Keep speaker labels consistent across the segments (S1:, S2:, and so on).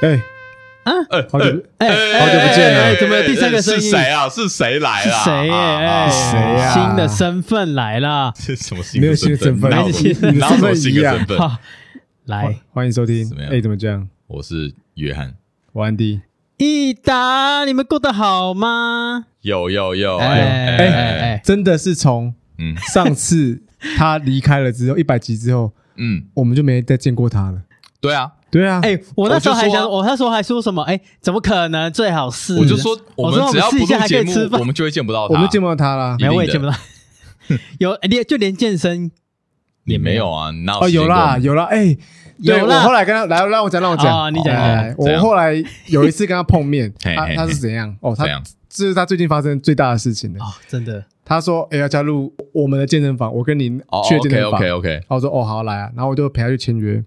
S1: 哎，
S2: 哎
S1: 好久
S2: 哎
S1: 哎好久不见了
S2: 哎怎么有第三个声音？
S3: 是谁啊？是谁来
S2: 是
S3: 了？
S2: 谁？哎，
S3: 啊啊
S1: 谁呀
S2: 新的身份来了，
S3: 这什么新
S1: 没有新的身份，
S3: 哪有
S1: 你
S3: 什
S1: 的
S3: 么哪
S1: 身
S3: 有什么
S1: 份
S3: 新
S1: 一
S3: 的
S1: 样
S3: 身。份？
S2: 好，来
S1: 欢，欢迎收听
S3: 怎么，样
S1: 哎，怎么这样？
S3: 我是约翰。
S1: 我安迪，
S2: 益达，你们过得好吗？
S3: 有有有，
S2: 哎
S3: 哎
S2: 哎
S3: 哎哎，
S2: 哎，
S1: 真的是从
S3: 嗯
S1: 上 次他离开了之后，一百集之后，
S3: 嗯，
S1: 我们就没再见过他了。
S3: 对啊，
S1: 对啊，
S2: 哎，我那时候还
S3: 我就
S2: 想，
S3: 说
S2: 我那时候还说什么？哎，怎么可能？最好是，
S3: 我就说我
S2: 我说
S3: 们
S2: 我
S3: 只
S2: 们
S3: 要
S2: 试
S3: 不
S2: 一下
S3: 录
S2: 还
S3: 节
S2: 可以
S3: 目
S2: 吃，饭
S3: 我们就会见不到他。
S1: 我们见不到他啦哦
S2: 没。有，我也
S3: 一定的
S2: 见不到。 有连就连健身
S3: 你没有啊？哪
S1: 哦，
S3: 时间
S1: 有
S3: 跟我
S1: 啦，
S3: 们
S1: 有啦，哎，对
S2: 有啦
S1: 我后来跟他来，让我讲，让我
S2: 哦
S1: 讲，
S2: 你
S1: 来
S2: 讲你讲
S1: 来来
S3: 怎
S1: 我
S3: 样
S1: 后来有一次跟他碰面，
S3: 嘿
S1: 他
S3: 嘿
S1: 他
S3: 嘿
S1: 是怎样？哦，他
S3: 怎样
S1: 这是他最近发生最大的事情了。
S2: 哦，真的
S1: 他说：“哎、要加入我们的健身房，我跟你
S3: 哦
S1: 去健
S3: ，OK
S1: 身房。
S3: OK
S1: 然
S3: OK，
S1: 后我说：“哦，好，来啊。”然后我就陪他去签约，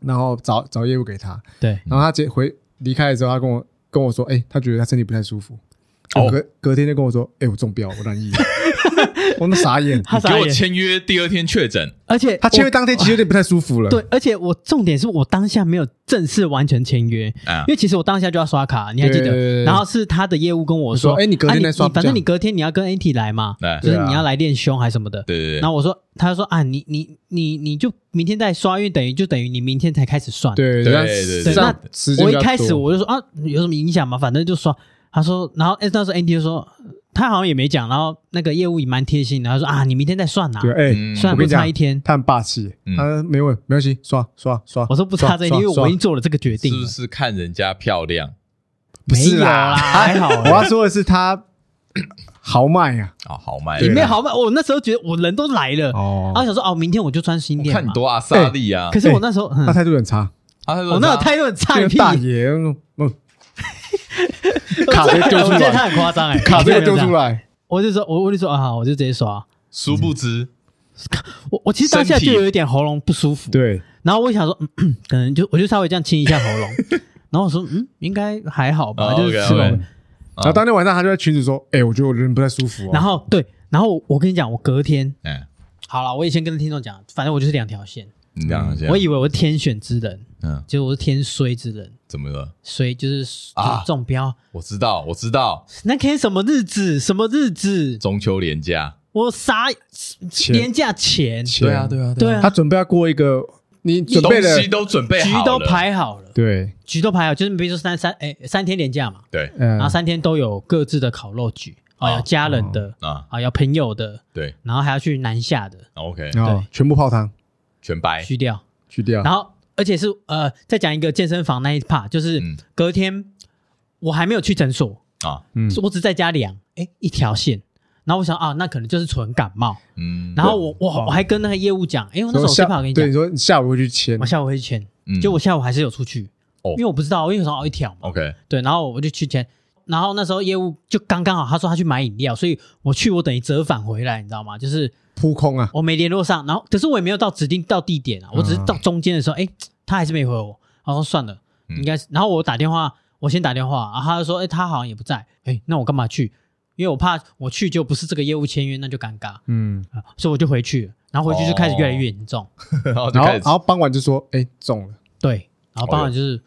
S1: 然后找找业务给他。
S2: 对，
S1: 然后他结回离开的时候，他跟我跟我说：“哎、他觉得他身体不太舒服。
S3: 哦
S1: 隔隔天就跟我说：“哎、我中标，我染 疫。”我那傻眼。
S2: 他
S3: 给
S2: 傻
S3: 我
S2: 眼
S3: 签约，第二天确诊，
S2: 而且
S1: 他签
S2: 我
S1: 约当天其实有点不太舒服了。
S2: 对，而且我重点是我当下没有正式完全签约，
S3: 啊
S2: 因为其实我当下就要刷卡，你还记
S1: 对对对
S2: 得？
S1: 对
S2: 然后是他的业务跟我说
S1: 我：“说哎你隔天
S2: 啊
S1: 再刷
S2: 反
S1: 这
S2: 正
S1: 样
S2: 你隔天你要跟 AT 来嘛，
S3: 哎
S2: 就
S1: 对
S2: 是
S1: 啊
S2: 你要来练胸还是什么的。”
S3: 对对
S2: 然
S1: 哎
S3: 对，
S2: 后我说：“他就说啊，你你你你就明天再刷，因为等于就等于你明天才开始算。”
S1: 对
S3: 对
S1: 但
S3: 对
S1: 实
S3: 对
S1: 际上
S2: 那
S1: 时间
S2: 我
S1: 比
S2: 一
S1: 较
S2: 开始
S1: 多
S2: 我就说啊，有什么影响吗？反正就刷。他说，然后哎那时候 Andy 就说，他好像也没讲。然后那个业务也蛮贴心的，他说啊，你明天再算呐、
S1: 对哎、
S3: 嗯
S2: 虽然
S1: 我
S2: 不
S1: 跟你
S2: 差
S1: 讲
S2: 一天。
S1: 他很霸气，
S3: 嗯
S1: 他说没问没关系，刷刷刷。
S2: 我说不差这一
S1: 刷
S2: 天，因为
S1: 刷
S2: 我已经做了这个决
S3: 是
S2: 定
S3: 不
S2: 了。
S3: 是看人家漂亮
S1: 不是
S2: 没有啦，
S1: 啦
S2: 还好
S1: 我。要说的是他 豪迈啊，
S3: 啊？好卖
S2: 里，面好吧，我那时候觉得我人都来了，
S1: 哦
S2: 然后想说哦，明天我就穿新
S3: 我
S2: 店
S3: 看你
S2: 嘛。
S3: 多阿萨利啊
S1: 哎
S2: 可！是我那时候，嗯
S1: 他态度很差，
S3: 啊他说
S2: 我哦那
S3: 他
S2: 个态度很差
S1: 这个
S2: 屁，
S1: 大爷，嗯，嗯卡直接丢出
S2: 我觉得他
S1: 来，
S2: 很夸张哎，
S1: 卡直接丢出
S2: 来。
S1: 来，
S2: 我就说，我我就说啊，好我就直接刷。
S3: 殊不知，
S2: 我我其实当下就有一点喉咙不舒服，
S1: 对，
S2: 然后我想说， 嗯嗯可能就我就稍微这样亲一下 喉咙，然后我说，嗯，应该还好吧，
S3: 哦
S2: 就是吃
S3: OK，OK
S2: 了。
S1: 然
S3: 啊
S1: 后当天晚上他就在群主说，哎，我觉得我人不太舒服哦，
S2: 然后对，然后我我跟你讲，我隔天
S3: 哎，
S2: 好了，我也先跟听众讲，反正我就是两条线，
S1: 嗯
S3: 你这
S1: 啊
S3: 样这样
S2: 我以为我是天选之人，
S3: 嗯，
S2: 结果我是天衰之人，
S3: 怎么了？
S2: 衰就是
S3: 啊
S2: 就是中标。
S3: 我知道，我知道，
S2: 那天什么日子？什么日子？
S3: 中秋连假，
S2: 我啥
S1: 钱
S2: 年假前，
S1: 钱
S3: 啊，
S2: 对啊
S1: 他准备要过一个，你准备了
S3: 东，西都准备
S2: 局
S3: 好了，
S2: 都排好了，
S1: 对，
S2: 局都排好，就是比如说三三哎三天年假嘛，
S3: 对
S1: 嗯
S2: 然后，三天都有各自的烤肉局啊，
S3: 哦
S2: 有家人的
S3: 啊，
S2: 啊，有朋友的，
S3: 对啊
S2: 然后还要去南下的
S3: ，OK，
S1: 然后
S2: 对
S1: 全部泡汤
S3: 全
S1: 哎
S3: 白，
S2: 去掉，
S1: 去掉，
S2: 然后而且是呃再讲一个健身房那一 part，就是
S3: 嗯
S2: 隔天我还没有去诊所，
S3: 啊，
S1: 嗯
S2: 我只在家里量哎一条线。然后我想啊，那可能就是纯感冒。
S3: 嗯，
S2: 然后我我我还跟那个业务讲，哎，我那时候我
S1: 下
S2: 先跑跟你讲
S1: 对，你，说你下午会去签
S2: 我，下午会去签。
S3: 嗯
S2: 就我下午还是有出去，
S3: 哦
S2: 因为我不知道，因为想熬一条嘛，
S3: OK，
S2: 对，然后我就去签，然后那时候业务就刚刚好，他说他去买饮料，所以我去我等于折返回来，你知道吗？就是
S1: 扑空啊，
S2: 我没联络上，然后可是我也没有到指定到地点啊，我只是到中间的时候，哎、他还是没回我，然后说算了，
S3: 嗯
S2: 应该是，然后我打电话，我先打电话，然后他就说，哎、他好像也不在，哎、那我干嘛去？因为我怕我去就不是这个业务签约，那就尴尬，
S1: 嗯，
S2: 啊所以我就回去了，然后回去就开始越来越严重。
S3: 然后就
S1: 然后
S3: 开
S1: 然
S3: 始
S1: 后傍晚就说，哎，中了，
S2: 对，然后包
S3: 哦
S2: 含
S3: 哟
S2: 就是、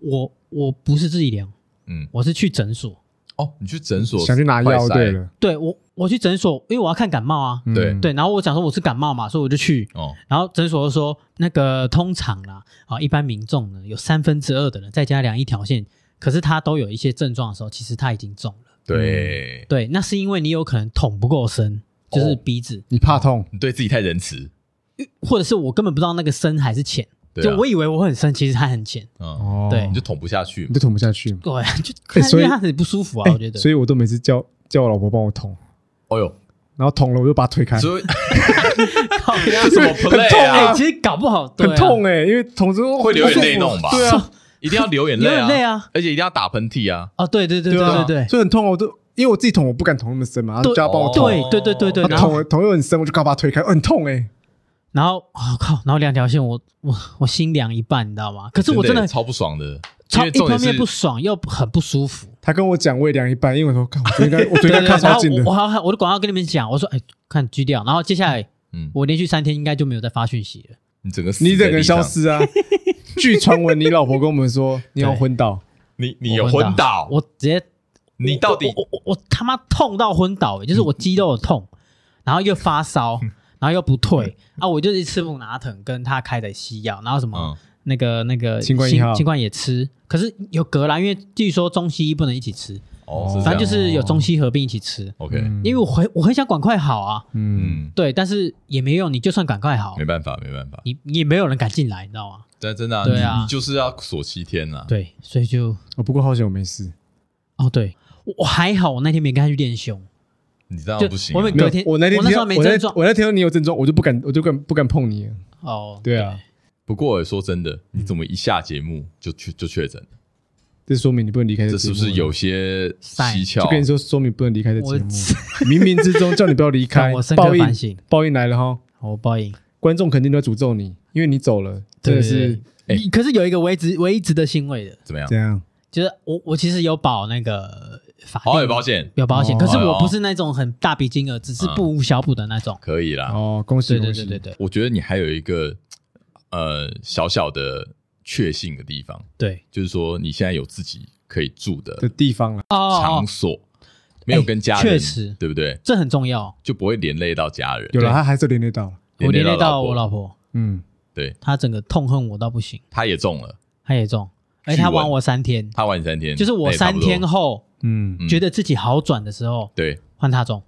S2: 我我不是自己量，
S3: 嗯，
S2: 我是去诊所。
S3: 哦，你去诊所
S1: 想去拿药，
S3: 快
S1: 对
S3: 筛
S1: 了，
S2: 对我我去诊所，因为我要看感冒啊。
S1: 嗯
S3: 对
S2: 对，然后我想说我是感冒嘛，所以我就去。
S3: 哦，
S2: 然后诊所就说，那个通常啦，啊，一般民众呢有三分之二的人再加量一条线，可是他都有一些症状的时候，其实他已经中了。
S1: 嗯
S3: 对，
S2: 对，那是因为你有可能捅不够深，就是
S3: 哦
S2: 鼻子，
S1: 你怕痛，
S3: 你对自己太仁慈，
S2: 或者是我根本不知道那个深还是浅，
S3: 对啊
S2: 就我以为我很深，其实它很浅。
S3: 嗯，
S1: 哦
S2: 对
S3: 你就捅不下去
S1: 你，就捅不下去，
S2: 对，啊就
S1: 哎所
S2: 因
S1: 以
S2: 为它很不舒服啊，
S1: 哎
S2: 我觉得。
S1: 所以我都每次叫叫我老婆帮我捅，
S3: 哦呦，
S1: 然后捅了我就把她推开，
S3: 所以
S2: 靠
S3: 这什么 play
S2: 哎、
S3: 啊？
S2: 其实搞不好、对啊
S1: 很痛哎，因为捅之后
S3: 会流眼泪那种吧
S1: 对啊，
S3: 一定要流眼泪
S2: 流眼
S3: 啊，
S2: 泪啊，
S3: 而且一定要打喷嚏啊，
S2: 哦，对对对
S1: 对
S2: 对
S1: 啊
S2: 对
S1: 所以很痛，我都因为我自己捅我不敢捅那么深嘛，然后
S2: 对
S1: 叫她帮
S3: 哦
S1: 我捅，
S2: 对对对对对，
S1: 她
S2: 然
S1: 捅
S2: 后
S1: 了捅又很深，我就刚把她推开，哦很痛哎，
S2: 然后我靠，然后两条线我我我心凉一半，你知道吗？可是我真的
S3: 超不爽的，因
S2: 超
S3: 为
S2: 一
S3: 重点
S2: 方面
S3: 是
S2: 不爽，又很不舒服。
S1: 她跟我讲我也量一半，因为我 说看我昨天刚我昨
S2: 对
S1: 天刚
S2: 对对，
S1: 靠
S2: 然
S1: 超
S2: 后
S1: 近的
S2: 我，我还我的广告跟你们讲，我说哎，看居掉，然后接下来
S3: 嗯，
S2: 我连续三天应该就没有再发讯息了。
S3: 你整个死
S1: 你
S3: 在
S1: 整个
S3: 地
S1: 人消
S3: 上，
S1: 失啊， 据传闻，你老婆跟我们说你要
S2: 对
S1: 昏倒，
S3: 你你有
S2: 我
S3: 昏倒，
S2: 我直接
S3: 你到底
S2: 我我我我他妈痛到昏倒、欸，就是我肌肉有痛，然后又发 烧，然后又不退啊！我就是吃普拿疼，跟他开的西药，然后什么
S3: 嗯
S2: 那个那个
S1: 清冠一
S2: 新
S1: 号
S2: 新冠也吃，可是有隔啦，因为据说中西医不能一起吃，
S3: 哦，
S1: 这样
S2: 反正就是有中西合并一起吃。
S3: OK，
S1: 嗯
S2: 因为我很我很想赶快好啊，
S1: 嗯，
S3: 嗯，
S2: 对，但是也没用，你就算赶快好
S3: 没，办法，没办法，
S2: 你你也没有人敢进来，你知道吗？
S3: 但真的啊，
S2: 对啊
S3: 你你就是要锁七天啊呐，
S2: 对，所以就
S1: 哦，不过好险我没事，
S2: 哦，对我我还好，我那天没跟他去练胸，
S3: 你这样
S2: 就
S3: 不行啊，
S2: 我们
S1: 没
S2: 隔
S1: 有
S2: 天，
S1: 我那天
S2: 我那
S1: 听
S2: 时
S1: 到
S2: 候没
S1: 我那
S2: 症状
S1: 我那天到你有症状，我就不敢，我就不敢不敢碰你了。
S2: 哦，
S1: 对啊，
S3: 不过说真的，
S2: 嗯
S3: 你怎么一下节目就确就确诊？
S1: 这说明你不能离开
S3: 这
S1: 节
S3: 是
S1: 目
S3: 不
S1: 了
S3: 是？有些蹊
S1: 嗯就跟你
S3: 跷？
S1: 说，说明不能离开的
S2: 我
S1: 节目，冥冥之中叫你不要离开
S2: 让我深，刻
S1: 报应
S2: 反省，
S1: 报应来了哈！
S2: 我报应，
S1: 观众肯定都在诅咒你，因为你走了，真
S2: 对
S1: 的是哎
S2: 对对可是有一个唯值唯一值得欣慰的，
S3: 怎么样
S1: 这？样。
S2: 就是我我其实有保那个法定
S3: 好有保险，
S2: 有保险，
S1: 哦嗯
S2: 可是我不是那种很大笔金额，只是不无小补的那种。
S3: 可以啦。
S1: 哦，恭喜
S2: 对对
S1: 恭
S2: 对
S1: 喜！
S2: 对对
S3: 我觉得你还有一个呃小小的确幸的地方，
S2: 对
S3: 就是说你现在有自己可以住的
S1: 的地方了，
S2: 哦哦
S3: 场
S2: 哦，
S3: 所，没有跟家人，
S2: 确实
S3: 对不对？
S2: 这很重要。
S3: 就不会连累到家人。
S1: 有了
S3: 对
S1: 他还是连累到了，
S2: 我连累到
S3: 婆
S2: 我老婆，
S1: 嗯，
S3: 对，
S2: 她整个痛恨我到不行，
S3: 他也中了，
S2: 她也中，而且
S3: 去
S2: 她
S3: 玩
S2: 哎玩我三天，
S3: 他玩三天，
S2: 就是我
S3: 那也嗯哎差不
S2: 三
S3: 多
S2: 天后
S1: 嗯
S3: 嗯
S2: 觉得自己好转的时候，
S3: 对
S2: 换她中。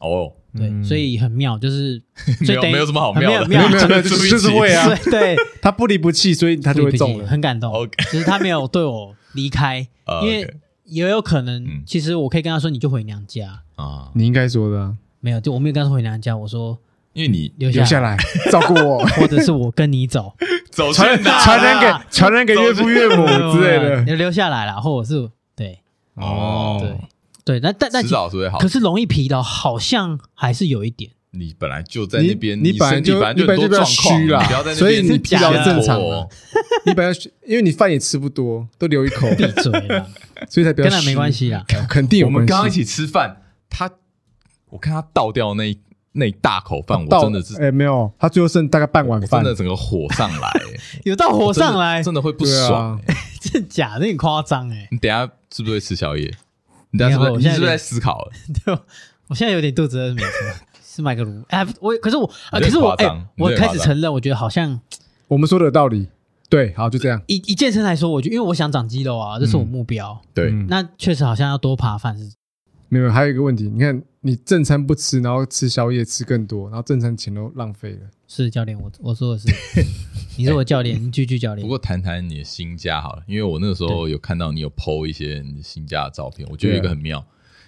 S3: 哦，
S2: 对，
S1: 嗯
S2: 所以很妙， 就是
S3: 没
S2: 所以
S3: 有
S2: 等于
S3: 没有什么好
S2: 很
S3: 妙的，
S2: 妙
S1: 没有没有
S3: 住一起
S1: 就是会啊
S2: 对 对，
S1: 他不离不弃，所以 他就会中了。
S2: 很感动。
S3: 哦 OK
S2: 只是他没有对我离开
S3: 啊，
S2: 因为
S3: OK
S2: 也有可能
S3: 嗯，
S2: 其实我可以跟他说，你就回娘家。
S3: 啊，
S1: 你应该说的啊，
S2: 没有，就我没有跟他说回娘家，我说
S3: 因为你
S2: 留
S1: 留下
S2: 来，
S1: 来照顾我，
S2: 或者是我跟你走
S3: 走
S1: 传
S3: 进大
S1: 传染给传染给岳父岳 母 之类的。
S2: 要留下来啦，或者是对
S3: 哦，
S2: 对对，那但但
S3: 迟早是会好
S2: 可。是容易疲劳，好像还是有一 点。
S3: 你本来就在那边，
S1: 你你本来
S3: 身体
S1: 就
S3: 本来
S1: 你
S3: 很
S1: 本来
S3: 多
S1: 就比较
S3: 状况，
S1: 虚啦
S3: 你不要在那边
S1: 所以你疲
S2: 劳
S3: 假
S1: 正常
S3: 拖
S1: 啊你本来因为你饭也吃不多，都留一口，
S2: 闭嘴啦，
S1: 所以才比较
S2: 跟他没关系啦。
S1: 虚，肯定有
S3: 我们
S1: 关系
S3: 刚刚一起吃饭，他我看他倒掉那一那一大口饭，我
S1: 到
S3: 真的是
S1: 哎没有，他最后剩大概半碗
S3: 我
S1: 饭
S3: 真，的整个火上来，
S2: 有到火上来，
S3: 真的会不
S1: 对啊
S3: 爽。
S2: 真的假的？有点夸张 哎，
S3: 你等一下是不是会吃宵夜？你等一下是不
S2: 没有
S3: 是
S2: 我
S3: 你
S2: 现在
S3: 是不是在思考 了？
S2: 我现在有点肚子饿，没错，是麦克卢。哎，我可是我，呃可
S3: 你有点
S2: 是我，
S3: 夸张
S2: 哎，我
S3: 你有点
S2: 开
S3: 夸
S2: 始
S3: 张
S2: 承认，我觉得好像
S1: 我们说的有道理，对，好就这样，
S2: 以以健身来说，我觉得因为我想长肌肉
S3: 嗯
S2: 啊，这是我目标。
S3: 对，
S1: 嗯
S2: 那确实好像要多爬饭是
S1: 没有还有一个问题，你看你正餐不吃，然后吃宵夜吃更多，然后正餐钱都浪费了，
S2: 是教练，我我说 的是，你是我教练，你句句教练。
S3: 不过谈谈你的新家好了，因为我那个时候有看到你有 PO 一些你新家的照片，我觉得有一个很妙，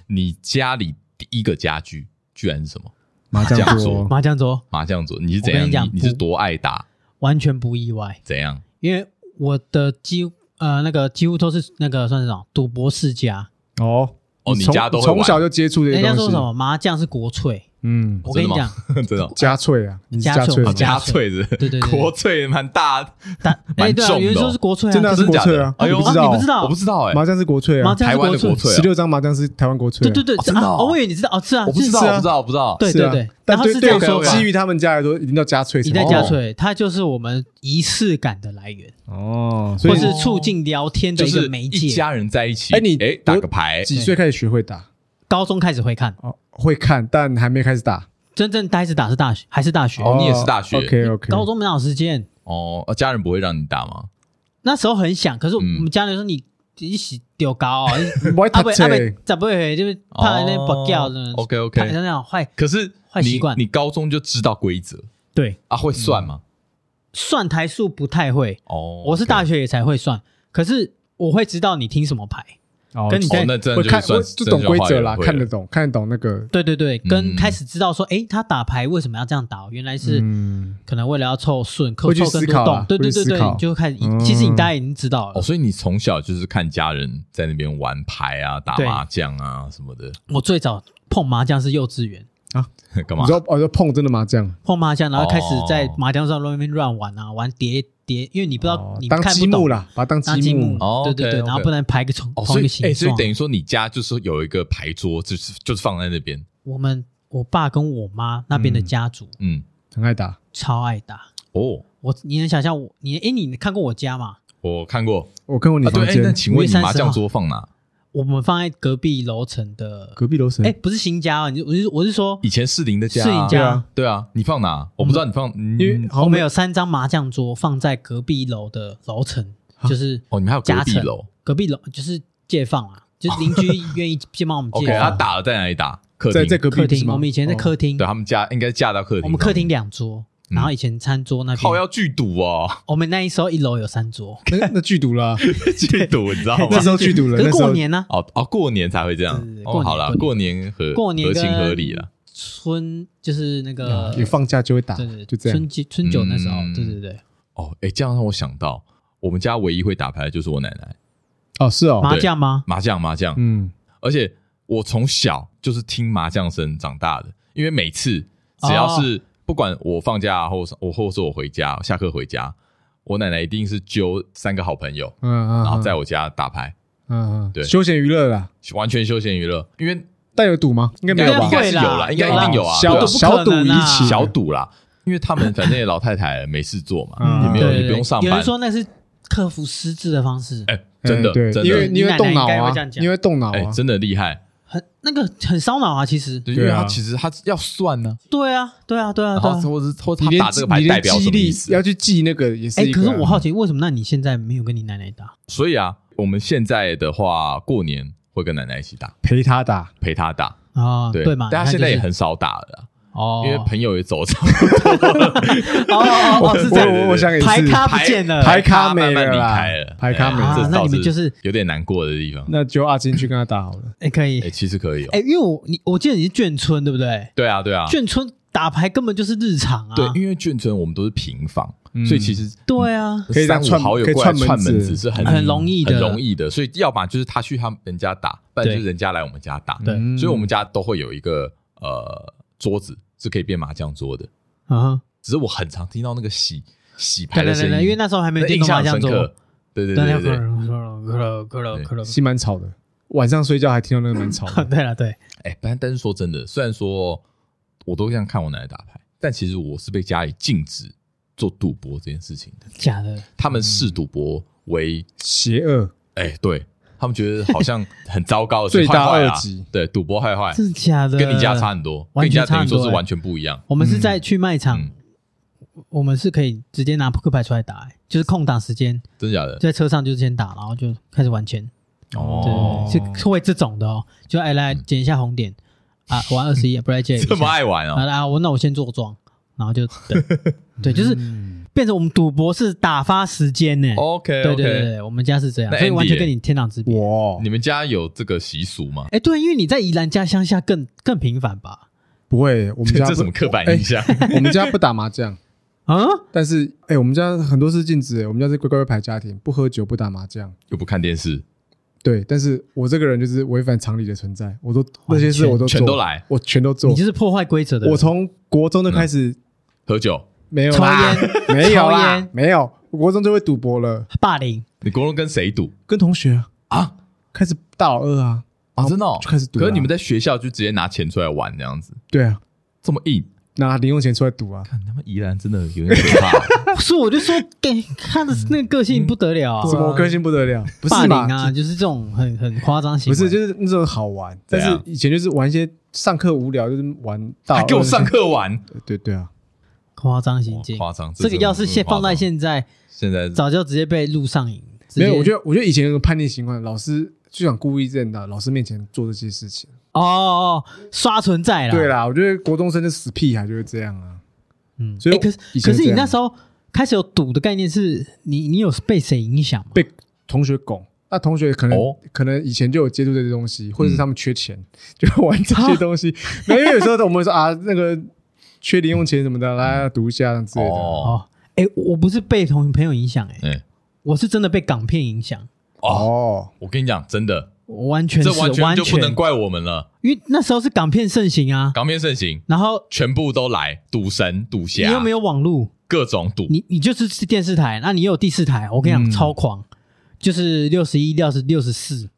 S3: 你家里第一个家具居然是什么？
S1: 麻将
S3: 麻将
S1: 桌
S3: 桌
S2: 麻将桌
S3: 麻将桌，你是怎
S2: 我跟你讲
S3: 样？你你是
S2: 不
S3: 多爱打？
S2: 完全不意外，
S3: 怎样？
S2: 因为我的几乎呃那个几乎都是那个算是什么赌博世家。
S1: 哦
S3: 哦你
S1: 从
S3: 家都会玩
S1: 从小就接触这些
S2: 人家说
S1: 东
S2: 什
S1: 西，
S2: 么麻将是国粹，
S1: 嗯，
S2: 我跟你
S3: 哦真的
S2: 讲
S3: 吗， 真的哦哦
S1: 加脆啊，你是加
S2: 加脆
S1: 脆吗
S2: 我，
S3: 家粹是不是
S2: 对对对对
S3: 国粹蛮大，
S2: 但哎
S3: 蛮
S2: 对啊，
S3: 重的哦
S2: 有人说是国粹啊，
S1: 真的啊
S2: 可
S1: 是
S2: 是
S1: 国
S3: 假的
S1: 粹啊，
S3: 哎呦
S1: 你不知道
S2: 啊你不知
S1: 哦，
S2: 道
S3: 我不知道哎，
S1: 麻将是国粹啊
S2: 麻，将是
S3: 台湾
S2: 国
S3: 的
S2: 粹
S3: 国，粹
S1: 十
S3: 啊，
S1: 六张麻将是台湾国粹
S2: 对
S1: 啊，
S2: 对对
S3: 哦真的
S2: 啊，
S3: 哦
S2: 哦我以为你知道哦，是啊，
S3: 我不知道，
S2: 是
S1: 是啊
S3: 我不知道，我不
S2: 对
S3: 知道。
S1: 是啊
S2: 对对
S1: 但
S2: 然后
S1: 对
S2: 是这样说啊
S1: 对基于他们家来说，一定要加脆才
S2: 你
S1: 行。
S3: 哦
S2: 在加粹，它就是我们仪式感的来源，
S1: 哦，所
S2: 或
S1: 以
S2: 是促进聊天的
S3: 就
S2: 一
S3: 是
S2: 个媒
S3: 一
S2: 介。
S3: 家人在一起，
S1: 哎你
S3: 哎打个牌，
S1: 几岁开始学会打？
S2: 高中开始会看，
S1: 哦，会看，但还没开始打。
S2: 真正开始打是大学，还是大学？
S3: 哦你也是大学
S1: OK OK，
S2: 高中没有时间，
S3: 哦，呃家人不会让你打吗？
S2: 那时候很想，可是我
S3: 嗯
S2: 们家人说你一起丢高啊，
S1: 不会
S2: 阿
S1: 打
S2: 伯阿伯咋不会就是怕那不掉的
S3: 哦，OK
S2: 怕
S3: OK，
S2: 那样坏。
S3: 可是
S2: 坏习
S3: 你
S2: 惯
S3: 你高中就知道规则
S2: 对，
S3: 啊？会算吗？
S2: 算台数不太会，
S3: 哦，
S2: 我是
S3: OK
S2: 大学也才会算，可是我会知道你听什么牌。跟你在
S3: 哦，那真的
S1: 会
S3: 就是
S1: 看
S3: 算
S1: 我就懂规则啦，看得
S3: 懂。
S1: 懂，看得懂那个
S2: 对对对，跟
S3: 嗯
S2: 开始知道说，诶，他打牌为什么要这样打？原来是
S1: 嗯
S2: 可能为了要凑顺，扣
S1: 会去
S2: 凑更
S1: 思
S2: 多
S1: 考
S2: 洞
S1: 啦。
S2: 对对
S1: 会去
S2: 对
S1: 思
S2: 对，
S1: 考
S2: 你就开始已，
S1: 嗯
S2: 其实你大概已经知道了
S3: 哦，。所以你从小就是看家人在那边玩牌啊、打
S2: 对
S3: 麻将啊什么的，
S2: 我最早碰麻将是幼稚园，
S3: 干嘛
S1: 你？说，我说碰真的麻将，
S2: 碰麻将，然后开始在
S3: 哦
S2: 麻将上乱乱玩啊，玩叠叠，因为你不知道
S1: 哦
S2: 你
S1: 当
S2: 看
S1: 积
S2: 不
S1: 木
S2: 懂
S1: 啦，把它当
S2: 当积
S1: 积
S2: 木
S1: 木，
S3: 哦
S2: 对对对，
S3: OK，OK
S2: 然后不能排个同
S3: 哦，
S2: 同一
S3: 所以
S2: 个
S3: 哎、
S2: 形
S3: 所以
S2: 状。
S3: 等于说你家就是有一个牌桌，就是就是放在那边，
S2: 我们我爸跟我妈那边的家族
S3: 嗯，
S1: 很爱打。
S2: 超爱打，
S3: 哦，
S2: 我你能想象我你哎，你看过我家吗？
S3: 我看过
S1: 我看过你
S3: 啊，
S1: 房
S3: 对，哎，
S1: 间
S3: 那，请问你
S2: 5月30
S3: 麻将桌放哪？
S2: 我们放在隔壁楼层的，
S1: 隔壁楼层
S2: 哎，，不是新家啊，你我是我是说，
S3: 以前士林的家
S2: 士林
S3: 啊，
S2: 家
S3: 对啊，对啊，你放哪？我不知道你放，嗯因
S1: 因为好
S2: 我
S1: 像
S2: 们有三张麻将桌放在隔壁楼的楼层，就是
S3: 哦，你们还有隔
S2: 夹
S3: 壁
S2: 层
S3: 楼
S2: 隔壁楼就是借放啊，就是邻居愿意 借帮我们借
S3: ，OK，
S2: 放。
S3: 他打了在哪里打？客
S1: 在
S3: 厅，
S1: 在隔壁
S2: 客
S1: 不是
S2: 厅，
S1: 吗哦
S2: 我们以
S3: 哦
S2: 前在客厅，
S3: 对他们家应该架到客厅，
S2: 嗯我们客厅两桌，
S3: 嗯
S2: 然后以前餐桌那
S3: 靠
S2: 边，
S3: 要剧毒哦，
S2: 我们那一时候一楼有三桌，
S1: 那那剧毒 啦，
S3: 剧毒你知道吗
S1: 那？时候剧毒了，
S2: 哦可
S1: 那
S2: 是
S1: 时
S2: 过
S1: 候
S2: 年呢，
S3: 哦哦，过年才会这样
S2: 对对对
S3: 哦，
S2: 过年
S3: 好啦，过
S2: 过
S3: 年合
S2: 过年
S3: 合
S2: 跟
S3: 情合理啊啦。
S2: 春就是那个
S1: 也呃放假就会打
S2: 呃对对，
S1: 就
S2: 对，
S1: 这样
S2: 春。节春酒那时候
S3: 嗯，
S2: 对对对，
S3: 哦，哎，这样让我想到，我们家唯一会打牌的就是我奶奶，
S1: 哦，是哦，
S2: 麻将吗？
S3: 麻将麻将，
S1: 嗯，
S3: 而且我从小就是听麻将声长大的，因为每次只要
S2: 哦
S3: 是不管我放假或是我或者是我回家下课回家，我奶奶一定是揪三个好朋友，
S1: 嗯嗯，
S3: 然后在
S1: 嗯
S3: 我家打牌，
S1: 嗯嗯，
S3: 对
S1: 休闲娱乐啦，
S3: 完全休闲娱乐，因为
S1: 带有赌吗？应该没有
S3: 应
S1: 吧
S2: 会？
S3: 该是有啦，
S2: 有啦
S3: 应该一定有啊，
S1: 小
S3: 对啊
S2: 赌
S1: 小赌
S2: 不可能
S1: 怡
S2: 啊
S1: 情，
S3: 小赌啦，因为他们反正也老太太了没事做嘛，
S1: 嗯
S3: 也没
S2: 对
S3: 有
S2: 对
S3: 也
S2: 对，
S3: 不用上
S2: 有
S3: 班
S2: 人，说那是克服失智的方式，
S3: 哎，真的
S1: 哎对，
S3: 真
S1: 因为
S3: 的，
S1: 你会动脑
S2: 你奶奶应该
S1: 啊
S2: 会这样，讲
S1: 你会动脑
S3: 哎，
S1: 啊，
S3: 真的厉害，
S2: 很那个很烧脑啊，其实。
S3: 对因为
S1: 对啊
S3: 他其实他要算呢，
S2: 对啊，对啊，对啊，
S3: 然
S2: 对
S3: 后
S2: 啊。
S3: 或者是或者
S1: 你
S3: 他
S1: 连
S3: 打这个牌
S1: 你连
S3: 代表
S1: 记
S3: 什
S1: 忆
S3: 么
S1: 力
S3: 意思，
S1: 要去记那个也是
S2: 哎，
S1: 一个
S2: 可
S1: 啊。
S2: 是我好奇，为什么那你现在没有跟你奶奶打？
S3: 所以啊，我们现在的话，过年会跟奶奶一起打，
S1: 陪他打，
S3: 陪她打，
S2: 啊，
S3: 对，
S2: 嘛？
S3: 但她
S2: 那
S3: 现在
S2: 就
S3: 也
S2: 是
S3: 很少打了
S2: 哦
S3: 啊，，因为朋友也走走，
S2: 哦哦哦哦，是这
S1: 我
S2: 样
S1: 我我想也是
S2: 牌咖不
S3: 牌
S2: 见了，
S1: 排咖没
S3: 哎慢慢
S1: 了
S3: 离
S1: 啦
S3: 开了，
S1: 排咖
S3: 哎
S1: 没了
S3: 这
S2: 啊那
S3: 倒
S2: 你们就是
S3: 有点难过的地方。
S1: 那就阿金去跟他打好了。
S2: 哎，可以
S3: 哎，，其实可以哦
S2: 哎，，因为我你我记得你是眷村对不对？
S3: 对啊，对啊，
S2: 眷村打牌根本就是日常啊，
S3: 对，因为眷村我们都是平房，
S1: 嗯
S3: 所以其实
S2: 对啊，
S1: 可以这
S3: 三
S1: 样
S3: 五
S1: 串
S3: 好友
S1: 可以
S3: 过来
S1: 串门
S3: 串门
S1: 子
S3: 子是很
S2: 很容易的
S3: 很容易的。所以要么就是他去他们人家打，不然就是
S2: 对
S3: 人家来我们家打。
S2: 对
S1: 嗯
S3: 所以我们家都会有一个呃桌子是可以变麻将桌的，
S2: 啊，
S3: 只是我很常听到那个洗洗牌
S2: 对
S3: 的
S2: 对
S3: 声
S2: 对对，
S3: 音，
S2: 因为那时候还没有
S3: 那
S2: 电
S3: 印
S2: 动麻将
S3: 象
S2: 桌，
S3: 深刻。对对对对对，
S1: 是蛮吵的，晚上睡觉还听到那个蛮吵 的。
S2: 对了对，
S3: 哎，但但是说真的，虽然说我都这样看我奶奶打牌，但其实我是被家里禁止做赌博这件事情的。
S2: 假的，
S3: 他们视赌博为
S1: 邪恶，
S3: 哎，对他们觉得好像很 糟糕，
S1: 罪大
S3: 坏坏啦
S1: 恶极。
S3: 对，赌博坏坏，
S2: 真的假的？
S3: 跟你家差，很多，跟
S2: 完
S3: 你
S2: 全
S3: 家等
S2: 差
S3: 于说
S2: 很
S3: 是
S2: 多欸
S3: 完全不一样。
S2: 我们是在去卖场
S3: 嗯，
S2: 我们是可以直接拿扑克牌出来打，哎就是空档时间
S3: 真的假的？
S2: 在车上就先打，然后就开始玩钱，
S1: 哦
S2: 对，是是会这种的哦，就哎来捡一下红 点啊，玩二十一，不来捡一下，
S3: 这么爱玩
S2: 啊
S3: 哦，
S2: 啊，我那我先坐庄，然 后就等，对，就是
S1: 嗯
S2: 变成我们赌博是打发时间呢。
S3: OK
S2: 对对对
S3: 哦 OK，
S2: 对，我们家是这样，
S3: 那
S2: 所以
S3: Andy
S2: 完全跟
S3: 耶
S2: 你天壤之别。
S1: 我
S3: 你们家有这个习俗吗？
S2: 哎，对，因为你在宜兰家乡下更更频繁吧？
S1: 不会，我们家
S3: 这
S1: 不
S3: 什么刻板印象？
S1: 我们家不打麻将，
S2: 啊，
S1: 但是哎，我们家很多是禁止，哎，我们家是乖乖牌家庭，不喝酒，不打麻将。
S3: 又不看电视，
S1: 对，但是我这个人就是违反常理的存在，我都那些事我都做
S3: 全都，来
S1: 我全都做
S2: 你就。是破坏规则的人。
S1: 我从国中就开始
S3: 喝酒。
S1: 没有
S2: 抽
S1: 啦，
S2: 烟、
S1: 没有
S2: 抽
S1: 啦
S2: 烟，
S1: 没有，我国中就会赌博了，
S2: 霸凌，
S3: 你国中跟谁赌
S1: 跟同学啊
S3: 啊？
S1: 开始大老二啊，
S3: 啊，真的哦
S1: 就开始赌啊
S3: 可是你们在学校就直接拿钱出来玩这样子，
S1: 对啊，
S3: 这么硬，
S1: 拿零用钱出来赌啊，
S3: 看他们宜兰真的有点 可怕。
S2: 所以哦我就说，给他的那个个性不 得了啊
S1: 什，么个性不得了？不是
S2: 霸凌
S1: 嘛？
S2: 啊，就是这种很很夸张行
S1: 不
S2: 为。
S1: 是，就是那种好玩，
S3: 对
S1: 但
S3: 啊
S1: 是以前就是玩一些上课无聊，就是玩到
S3: 还给我上，课玩，
S1: 对对啊，
S2: 夸张行
S3: 哇
S2: 径。
S3: 夸张。嗯
S2: 这个要是现放在
S3: 现
S2: 现在，
S3: 现在
S2: 早就直接被录上瘾。
S1: 没有，我觉
S2: 得
S1: 得我觉得以前有个叛逆情况，老师就想故意在老老师面前做这些事情。
S2: 哦哦，哦刷存在啦。
S1: 对，啦，我觉得国中生的死屁孩就是这样啊，
S2: 嗯，
S1: 所以
S2: 诶可是
S1: 以前
S2: 可是你
S1: 这样
S2: 那时候开始有赌的概念是，你你有被谁影响吗？
S1: 被同学拱。那同学可能、
S3: 哦
S1: 可能以前就有接触这些东西，
S2: 嗯
S1: 或者是他们缺钱、 就玩这些东西。没有因为有时候我们会说啊，那个缺零用钱什么的，来赌一下之类的。
S3: 哦
S2: 哦，哎、我不是被同朋友影响、哎、
S3: 哎
S2: 我是真的被港片影响，
S3: 哦，
S1: 哦，
S3: 我跟你讲，真的，
S2: 我完全是
S3: 这完全
S2: 全
S3: 就不能怪我们了。
S2: 因为那时候是港片盛行啊，
S3: 港片盛行，
S2: 然后
S3: 全部都来，赌神、赌
S2: 你
S3: 侠，
S2: 又没有网路，
S3: 各种赌，
S2: 你你就是是电视台，那你又有第四台，我跟你讲、
S1: 嗯
S2: 超狂，就是六十一、六十六十四，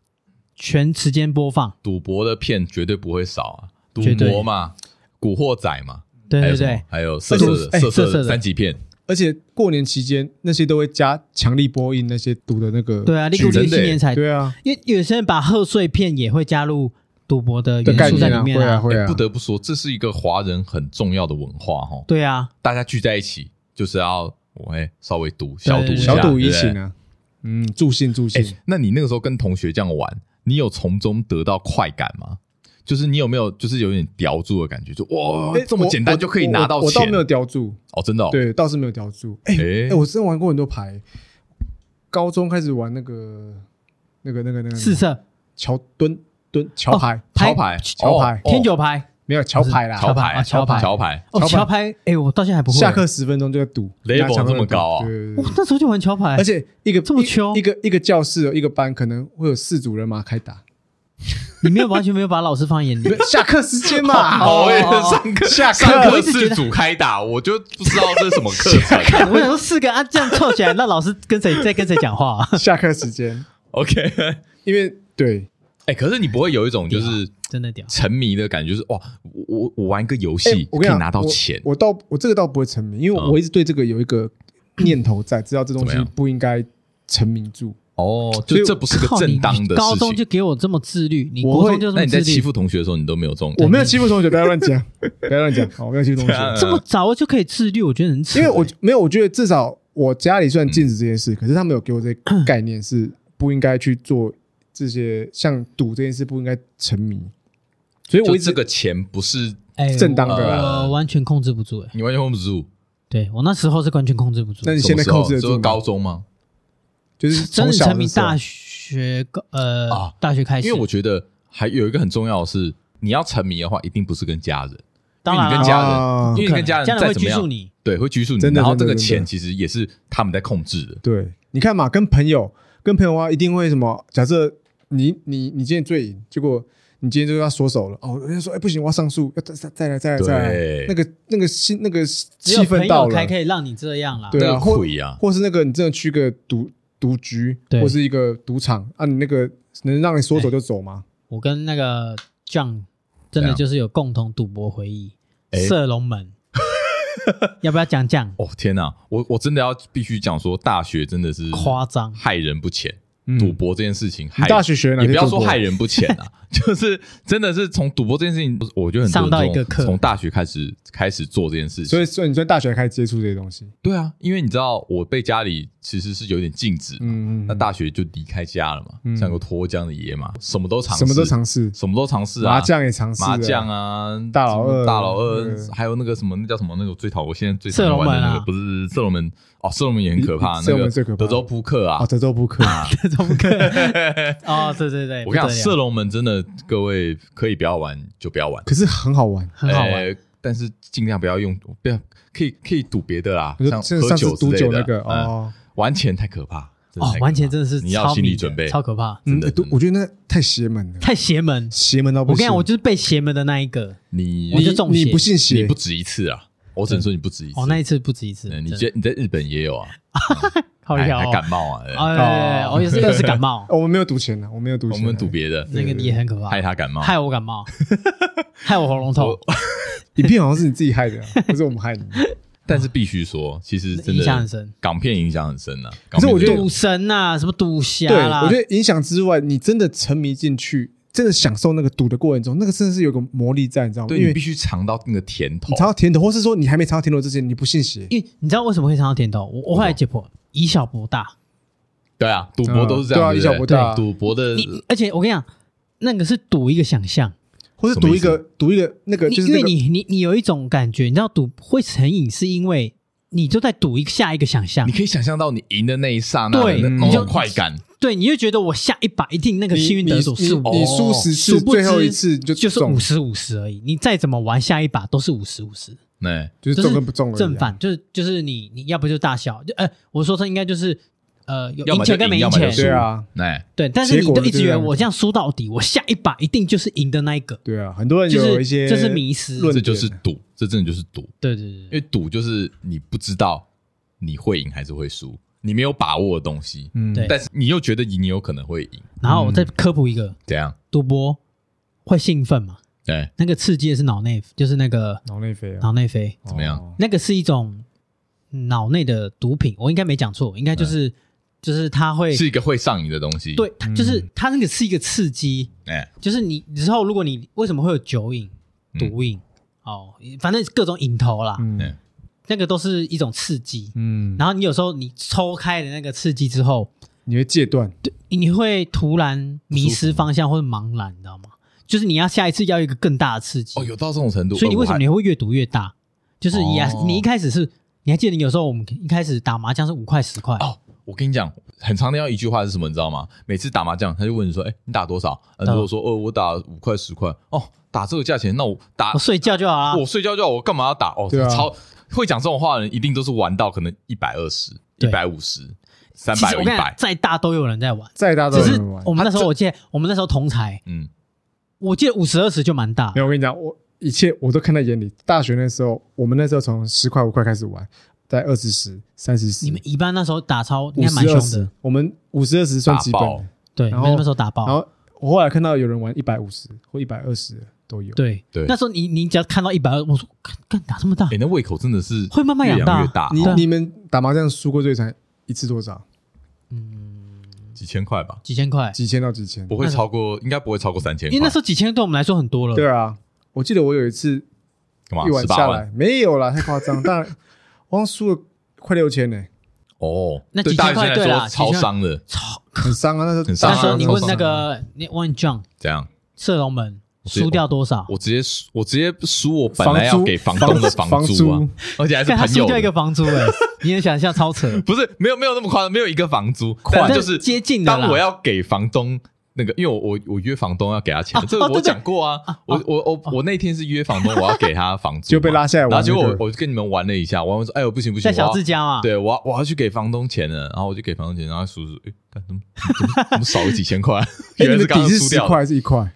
S2: 全时间播放，
S3: 赌博的片绝对不会少啊，赌
S2: 绝对
S3: 博嘛，古惑仔嘛，
S2: 对
S3: 还有
S2: 对
S3: 什
S2: 对
S3: 么，还有色色
S1: 而且
S3: 的
S1: 哎
S3: 色
S2: 色色
S3: 的
S2: 的
S3: 三级片，
S1: 而且过年期间那些都会加强力播音那些赌的那个
S2: 对啊，例如
S3: 真的
S2: 新
S3: 耶
S2: 年才，
S1: 对啊
S2: 因为有些人把贺岁片也会加入赌博的
S1: 的概
S2: 元素在
S1: 念
S2: 里
S1: 啊，
S2: 面
S1: 会啊会啊，
S3: 哎不得不说，这是一个华人很重要的文化哈。
S2: 对啊，
S3: 大家聚在一起就是要我会稍微赌小赌
S2: 对
S3: 下
S1: 小赌怡。
S3: 对不
S1: 情
S3: 对
S1: 啊，嗯，助兴助兴
S3: 哎，，那你那个时候跟同学这样玩，你有从中得到快感吗？就是你有没有就是有点叼住的感觉？就哇
S1: 哎，
S3: 这么
S1: 我
S3: 简单
S1: 我
S3: 就可以拿到
S1: 我我倒
S3: 钱
S1: 没有叼住，
S3: 哦，真的哦。
S1: 对，倒是没有叼住。哎哎，
S3: 哎
S1: 我真的玩过很多牌，高中开始玩那个那个那个那个
S2: 四哦色
S1: 桥墩墩桥牌
S3: 桥牌，
S1: 桥哎牌
S3: 哦
S2: 天九牌
S1: 没有桥牌啦，
S3: 桥牌
S2: 啊桥牌
S3: 桥牌，
S2: 哦，
S1: 桥
S2: 桥牌，哎，我到现在还不会。
S1: 下课十分钟就要赌
S3: Level
S1: 拿
S3: 这么高啊
S1: 对对对对
S2: 我那时候就玩桥牌，
S1: 而且一个
S2: 这么
S1: 一
S2: 秋
S1: 一个一个教室哦一个班可能会有四组人马开打，
S2: 你没有完全没有把老师放眼里
S1: 不。是下课时间嘛，
S3: 哦，我也是上 课
S1: 下课
S3: 上
S2: 我
S3: 课
S2: 一直觉
S3: 是
S2: 得
S3: 组开打，我就不知道这是什么课程。
S2: 看，我想说四个啊，这样凑起来，那老师跟谁在跟谁讲话啊？
S1: 下课时间，
S3: OK，
S1: 因为对
S3: 哎，可是你不会有一种
S1: 啊
S3: 就是
S2: 真的屌，
S3: 沉迷的感觉，就是哇，我我我玩一个游
S1: 哎
S3: 戏
S1: 我跟
S3: 可
S1: 你
S3: 以
S1: 讲
S3: 拿到
S1: 我
S3: 钱，
S1: 我倒我这个倒不会沉迷，因为
S3: 嗯
S1: 我一直对这个有一 个念头在，知道这东
S3: 怎
S1: 西
S3: 么样
S1: 不应该沉迷住。
S3: 哦，
S1: 所
S3: 就
S1: 以
S3: 这不是个
S2: 靠
S3: 正
S2: 你
S3: 当的
S2: 高
S3: 事
S2: 中就
S3: 情。
S2: 给我这么自律，你
S1: 我
S2: 国
S1: 会
S2: 中就这
S3: 那
S2: 么
S3: 你
S2: 自
S3: 在欺
S2: 律，
S3: 负同学的时候，你都没有这种
S1: 我没有欺负同学，不要乱 讲，不要乱讲，好，我没有欺负同
S3: 对啊
S1: 学，
S2: 这么早就可以自律，我觉得很扯。
S1: 因为我
S2: 欸
S1: 没有，我觉得至少我家里虽然禁止这件
S3: 嗯
S1: 事，可是他们有给我这个概念是不应该去做这些，像赌这件事不应该沉迷，所以我
S3: 就
S1: 一直
S3: 这个钱不是
S2: 哎
S1: 正当
S3: 啊
S1: 的啦。
S2: 我我完全控制不住哎，欸
S3: 你完全 hold 不住。
S2: 对我那时候是完全控制不住
S1: 那，你
S3: 什
S1: 现
S3: 么
S1: 在
S3: 时候啊
S1: 控制得
S3: 就是
S1: 住吗
S3: 高中吗？
S1: 就是
S2: 真
S1: 从
S2: 的
S1: 小
S2: 沉迷
S1: 的时候
S2: 大学呃
S3: 啊
S2: 大学开
S1: 哎
S2: 始，
S3: 因为我觉得还有一个很重要的是，你要沉迷的话，一定不是跟家人，
S2: 当
S3: 因为
S2: 然
S3: 你跟
S2: 啦
S3: 家人，
S1: 啊
S3: 因
S2: 不
S3: 为你
S2: 可
S3: 跟
S2: 能
S3: 家人
S2: 家人
S3: 再
S2: 会
S3: 怎么
S2: 拘束
S3: 样，
S2: 你，
S3: 对，会拘束你。
S1: 真的
S3: 然后这
S1: 真的
S3: 个
S1: 真的
S3: 钱其实也是他们在控制的。
S1: 对，你看嘛，跟朋友跟朋友啊，一定会什么？假设你你你今天醉饮，结果你今天就要缩手了，哦，人家说哎、不行，我要上诉，要再再再来再来再
S3: 对
S1: 来，那个那个心那个
S2: 只
S1: 气
S2: 有朋
S1: 氛到
S2: 友
S1: 了
S2: 才，可以让你这样啦。
S1: 对
S3: 那
S1: 啊
S3: 个
S1: 或
S3: 鬼啊，
S1: 或是那个你真的去个赌赌局，
S2: 对
S1: 或是一个赌场啊，你那个能让你说走就走吗？
S2: 我跟那个 John 真
S3: 怎
S2: 的
S3: 样
S2: 就是有共同赌博回忆，
S3: 啊哎
S2: 射龙 门，要不要讲讲？
S3: 哦天哪，我我真的要必须讲说，大学真的是
S2: 夸 张，
S3: 害人不浅，
S1: 嗯
S3: 赌博这件事情害
S1: 你
S3: 人
S1: 大学学哪些
S3: 也不要
S1: 赌
S3: 说
S1: 博
S3: 害人不浅 啊，就是真的是从赌博这件事情，我觉得很多
S2: 上到
S3: 人
S2: 一个
S3: 从
S2: 课
S3: 从大学开始开始做这件事情。
S1: 所以所以你在大学开始接触这些东西，
S3: 对啊，因为你知道我被家里其实是有点禁止嘛，
S1: 嗯嗯，
S3: 那大学就离开家了嘛，
S1: 嗯
S3: 像个脱缰的野马，什么都尝试，
S1: 什么都，尝试，
S3: 什么都尝试啊，
S1: 麻将也尝试了，
S3: 麻将啊，
S1: 大佬二
S3: 大佬二
S1: 嗯，
S3: 还有那个什么，那叫什么？那个我最讨我现在最
S2: 射
S3: 讨
S2: 龙
S3: 厌
S2: 门
S3: 玩的那个，
S2: 啊
S3: 不是射龙门哦，射龙门也很可怕，
S1: 嗯
S3: 那
S1: 射龙
S3: 个
S1: 门最可怕
S3: 德州扑克啊
S1: 啊，，德州扑克，
S2: 这种可哦，对对对，
S3: 我跟你
S2: 不
S3: 讲，
S2: 得了
S3: 射龙门真的，各位可以不要玩就不要玩，
S1: 可是很好玩。
S2: 很好玩，
S3: 呃但是尽量不要用，不要可以可以赌别的啦，
S1: 我
S3: 像
S1: 说
S3: 喝
S1: 上次
S3: 酒之
S1: 赌
S3: 类
S1: 酒
S3: 的。
S1: 那个
S3: 嗯，
S1: 哦，
S3: 玩钱太可怕真的太
S2: 哦
S3: 可，怕
S2: 完全真的是
S3: 哎你要
S2: 超
S3: 心理
S2: 迷
S3: 准
S2: 的
S3: 备，
S2: 超可怕，
S1: 嗯
S3: 真的，
S1: 对
S3: 真的
S1: 我觉得那太邪门了，
S2: 太邪门。
S1: 邪门到
S2: 我
S1: 哦不
S2: 跟你
S1: 行。
S2: 讲，我就是被邪门的那一个，
S3: 你
S2: 我就
S3: 你
S2: 中
S1: 你
S2: 邪
S1: 不信
S3: 你
S1: 邪，
S3: 不，止一次啊，我只能说你不止一次
S2: 哦，。那一次不止一次
S3: 嗯，
S2: 真
S3: 你
S2: 的
S3: 觉得你在日本也有啊，
S2: 好
S3: 还
S2: 笑
S3: 还
S2: 哦
S3: 感冒啊？对
S2: 哦，对对对，我也是又是感冒
S1: 哦我们没有赌钱的，我没有赌
S3: 我
S1: 钱，啊
S3: 们赌别的，
S2: 那个也很可怕，
S3: 害他感冒。
S2: 害我感 冒，害我喉咙痛，
S1: 影片好像是你自己害的啊， 不是我们害 你。
S3: 但是必须说，其实真
S2: 影响很
S3: 的
S2: 深。
S3: 港片影响很深啊。
S1: 可是我觉得
S3: 港片
S2: 赌神呐，什么赌侠
S1: 对，
S2: 啦，
S1: 我觉得影响之外，你真的沉迷进去，真的享受那个赌的过程中，那个真的是有个魔力在，你知道吗？
S3: 对
S1: 因
S3: 你
S1: 为
S3: 必须尝到那个甜头
S1: 你。尝到甜头，或是说你还没尝到甜头之前，你不信邪，
S2: 因为你知道为什么会尝到甜头？我我后来解剖，以小博大。
S3: 对啊，赌博都是这
S1: 嗯
S3: 样，
S1: 对啊
S3: 不
S1: 以小博大啊
S3: 赌博的
S2: 你而且我跟你讲，那个是赌一个想象，
S1: 或是赌一个赌一个那个
S2: 你
S1: 就是
S2: 因
S1: 那
S2: 为
S1: 个
S2: 你你你有一种感觉，你知道赌会成瘾，是因为你就在赌一个下一个想象
S3: 你，可以想象到你赢的那一刹那，
S2: 对
S3: 那
S1: 嗯
S3: 那
S1: 你
S3: 种
S1: 就
S3: 快感，
S2: 对，你就觉得我下一把一定那个幸运得主
S1: 你
S2: 是
S1: 你
S2: 我，
S3: 哦
S1: 你输十次，
S2: 殊不知
S1: 最后一次你就
S2: 就是
S1: 中
S2: 五，十五十而已。你再怎么玩下一把都是五十五十，
S3: 对，
S1: 就是
S2: 就是
S1: 中跟不中而已啊
S2: 正反就是就是你你要不就大小，就呃我说它应该就是呃有
S3: 要
S2: 赢
S3: 么就
S2: 钱跟没
S3: 赢要
S2: 赢
S3: 么就
S2: 钱，
S3: 输
S1: 对啊，
S3: 哎，
S2: 对，但是
S1: 结
S2: 你
S1: 果
S2: 都
S1: 就
S2: 一直以
S1: 这
S2: 为
S1: 样
S2: 我这样输到底，我下一把一定就是赢的那一个，
S1: 对啊，很多人
S2: 就
S1: 有
S2: 是
S1: 一些
S2: 就是迷失，
S1: 论
S3: 这
S1: 对
S3: 就是赌，这真的就是赌，
S2: 对对对
S3: 因
S2: 对，
S3: 为赌就是你不知道你会赢还是会输，你没有把握的东西，
S1: 嗯
S2: 对
S3: 但是你又觉得你有可能会赢，
S2: 然后我再科普一个，
S3: 怎样？
S2: 赌博会兴奋嘛？
S3: 对，
S2: 那个刺激的是脑内，就是那个
S1: 脑内啡啊，
S2: 脑内啡，
S3: 怎么样
S1: 哦？
S2: 那个是一种脑内的毒品，我应该没讲错，应该就是、就是它会
S3: 是一个会上瘾的东西。
S2: 对，，它就是
S3: 嗯
S2: 它那个是一个刺激，
S3: 哎，
S2: 就是你之后如果你为什么会有酒瘾、
S3: 嗯
S2: 毒瘾、哦，反正各种瘾头啦，
S1: 嗯
S3: 哎
S2: 那个都是一种刺激。
S1: 嗯，
S2: 然后你有时候你抽开的那个刺激之后，
S1: 你会戒断，
S2: 你会突然迷失方向或者茫然，你知道吗？就是你要下一次要一个更大的刺激。
S3: 哦，有到这种程度，
S2: 所以你为什么
S3: 哦
S2: 你会越赌越大？就是你啊
S3: 哦
S2: 你一开始是，你还记得你有时候我们一开始打麻将是五块十块
S3: 我，还哦？我跟你讲，很常听到一句话是什么，你知道吗？每次打麻将，他就问你说：“哎，你打多少？”呃
S2: 嗯
S3: 如果说：“哦，我打五块十块。”哦，打这个价钱，那我打
S2: 我睡觉就好啦。
S3: 我睡觉就好，我干嘛要打？哦，
S1: 对啊
S3: 超会讲这种话的人，一定都是玩到可能一百二十、一
S2: 对
S3: 百五十、三
S2: 其
S3: 百、
S2: 实我
S3: 一
S2: 跟你讲
S3: 百，，
S2: 再大都有人在玩，
S1: 再大都
S2: 只
S1: 有
S2: 是哦
S1: 人玩。
S2: 我们那时
S3: 他
S2: 候
S3: 这
S2: 我记得我们那时候同才，
S3: 嗯，
S2: 我记得五十二十就蛮大
S1: 没，有，我跟你讲，我一切我都看在眼里。大学那时候，我们那时候从十块五块开始玩，在二十十、三十十
S2: 你们、一般那时候打超应
S1: 五
S2: 该蛮
S1: 十
S2: 凶
S1: 二十
S2: 的，，
S1: 我们五十二十算基本
S3: 打
S1: 的。
S3: 爆
S2: 对，你
S1: 然后
S2: 们那时候打
S1: 然
S2: 爆，
S1: 后我后来看到有人玩一百五十或一百二十都有。，
S2: 对，
S3: 对
S2: 那时候你你只要看到一百二，我说干干打这么大
S3: 哎、，那胃口真的是
S2: 会慢慢
S3: 越
S2: 养大
S3: 养越大，
S1: 你
S2: 对啊
S1: 你们打麻将输过最惨一次多少？
S3: 几千块吧，
S2: 几千块，
S1: 几千到几千
S3: 不？会超过，应该不会超过三千
S2: 因
S3: 块。
S2: 为那时候几千对我们来说很多了，
S1: 对啊，我记得我有一次
S3: 干嘛
S1: 一晚
S3: 十
S1: 下
S3: 八
S1: 来
S3: 万
S1: 没有啦，太夸张，但我好像输了快六千呢，
S3: 哦，
S2: 那
S3: 对
S2: 几千
S3: 大学生
S2: 块
S3: 来
S2: 对啦
S3: 说超
S2: 几千
S3: 伤的，
S2: 操，
S1: 很伤啊，那时候
S3: 很伤
S2: 那
S3: 啊
S2: 时候你
S1: 超
S2: 问
S1: 伤
S2: 那
S1: 啊
S2: 个你问 John
S3: 怎样？
S2: 射龙门
S3: 直接
S2: 输掉多少？
S3: 我直接输我直接输我本
S1: 房
S3: 来要
S1: 租
S3: 给房东的
S1: 房
S3: 房租啊
S1: 房，
S3: 而且还是
S2: 看他
S3: 朋
S2: 输
S3: 友
S2: 掉一个
S3: 的，
S2: 房租 哎、你能想象超扯？
S3: 不是没有没有那么夸张，没有一个房租，但
S2: 但
S3: 就是
S2: 接近的啦
S3: 当我要给房东那个，因为我我我约房东要给他钱
S2: 啊，
S3: 这个
S2: 哦对
S3: 我
S2: 对
S3: 讲过啊。我我我我那天是约房东，我要给他房租嘛，
S1: 就被拉下来玩
S3: 然后结果
S1: 那个
S3: 我我就跟你们玩了一下，玩完说，哎呦不行不行，
S2: 在小
S3: 我要
S2: 智家嘛，
S3: 对啊我要我要去给房东钱了，然后我就给房东钱，然后叔叔，哎，干怎么怎么怎么少了几千 块？
S1: 哎，
S3: 原
S1: 你
S3: 来
S1: 们
S3: 刚
S1: 底
S3: 刚
S1: 是
S3: 输
S1: 十
S3: 掉啊
S1: 块
S3: 了，
S1: 还是一块？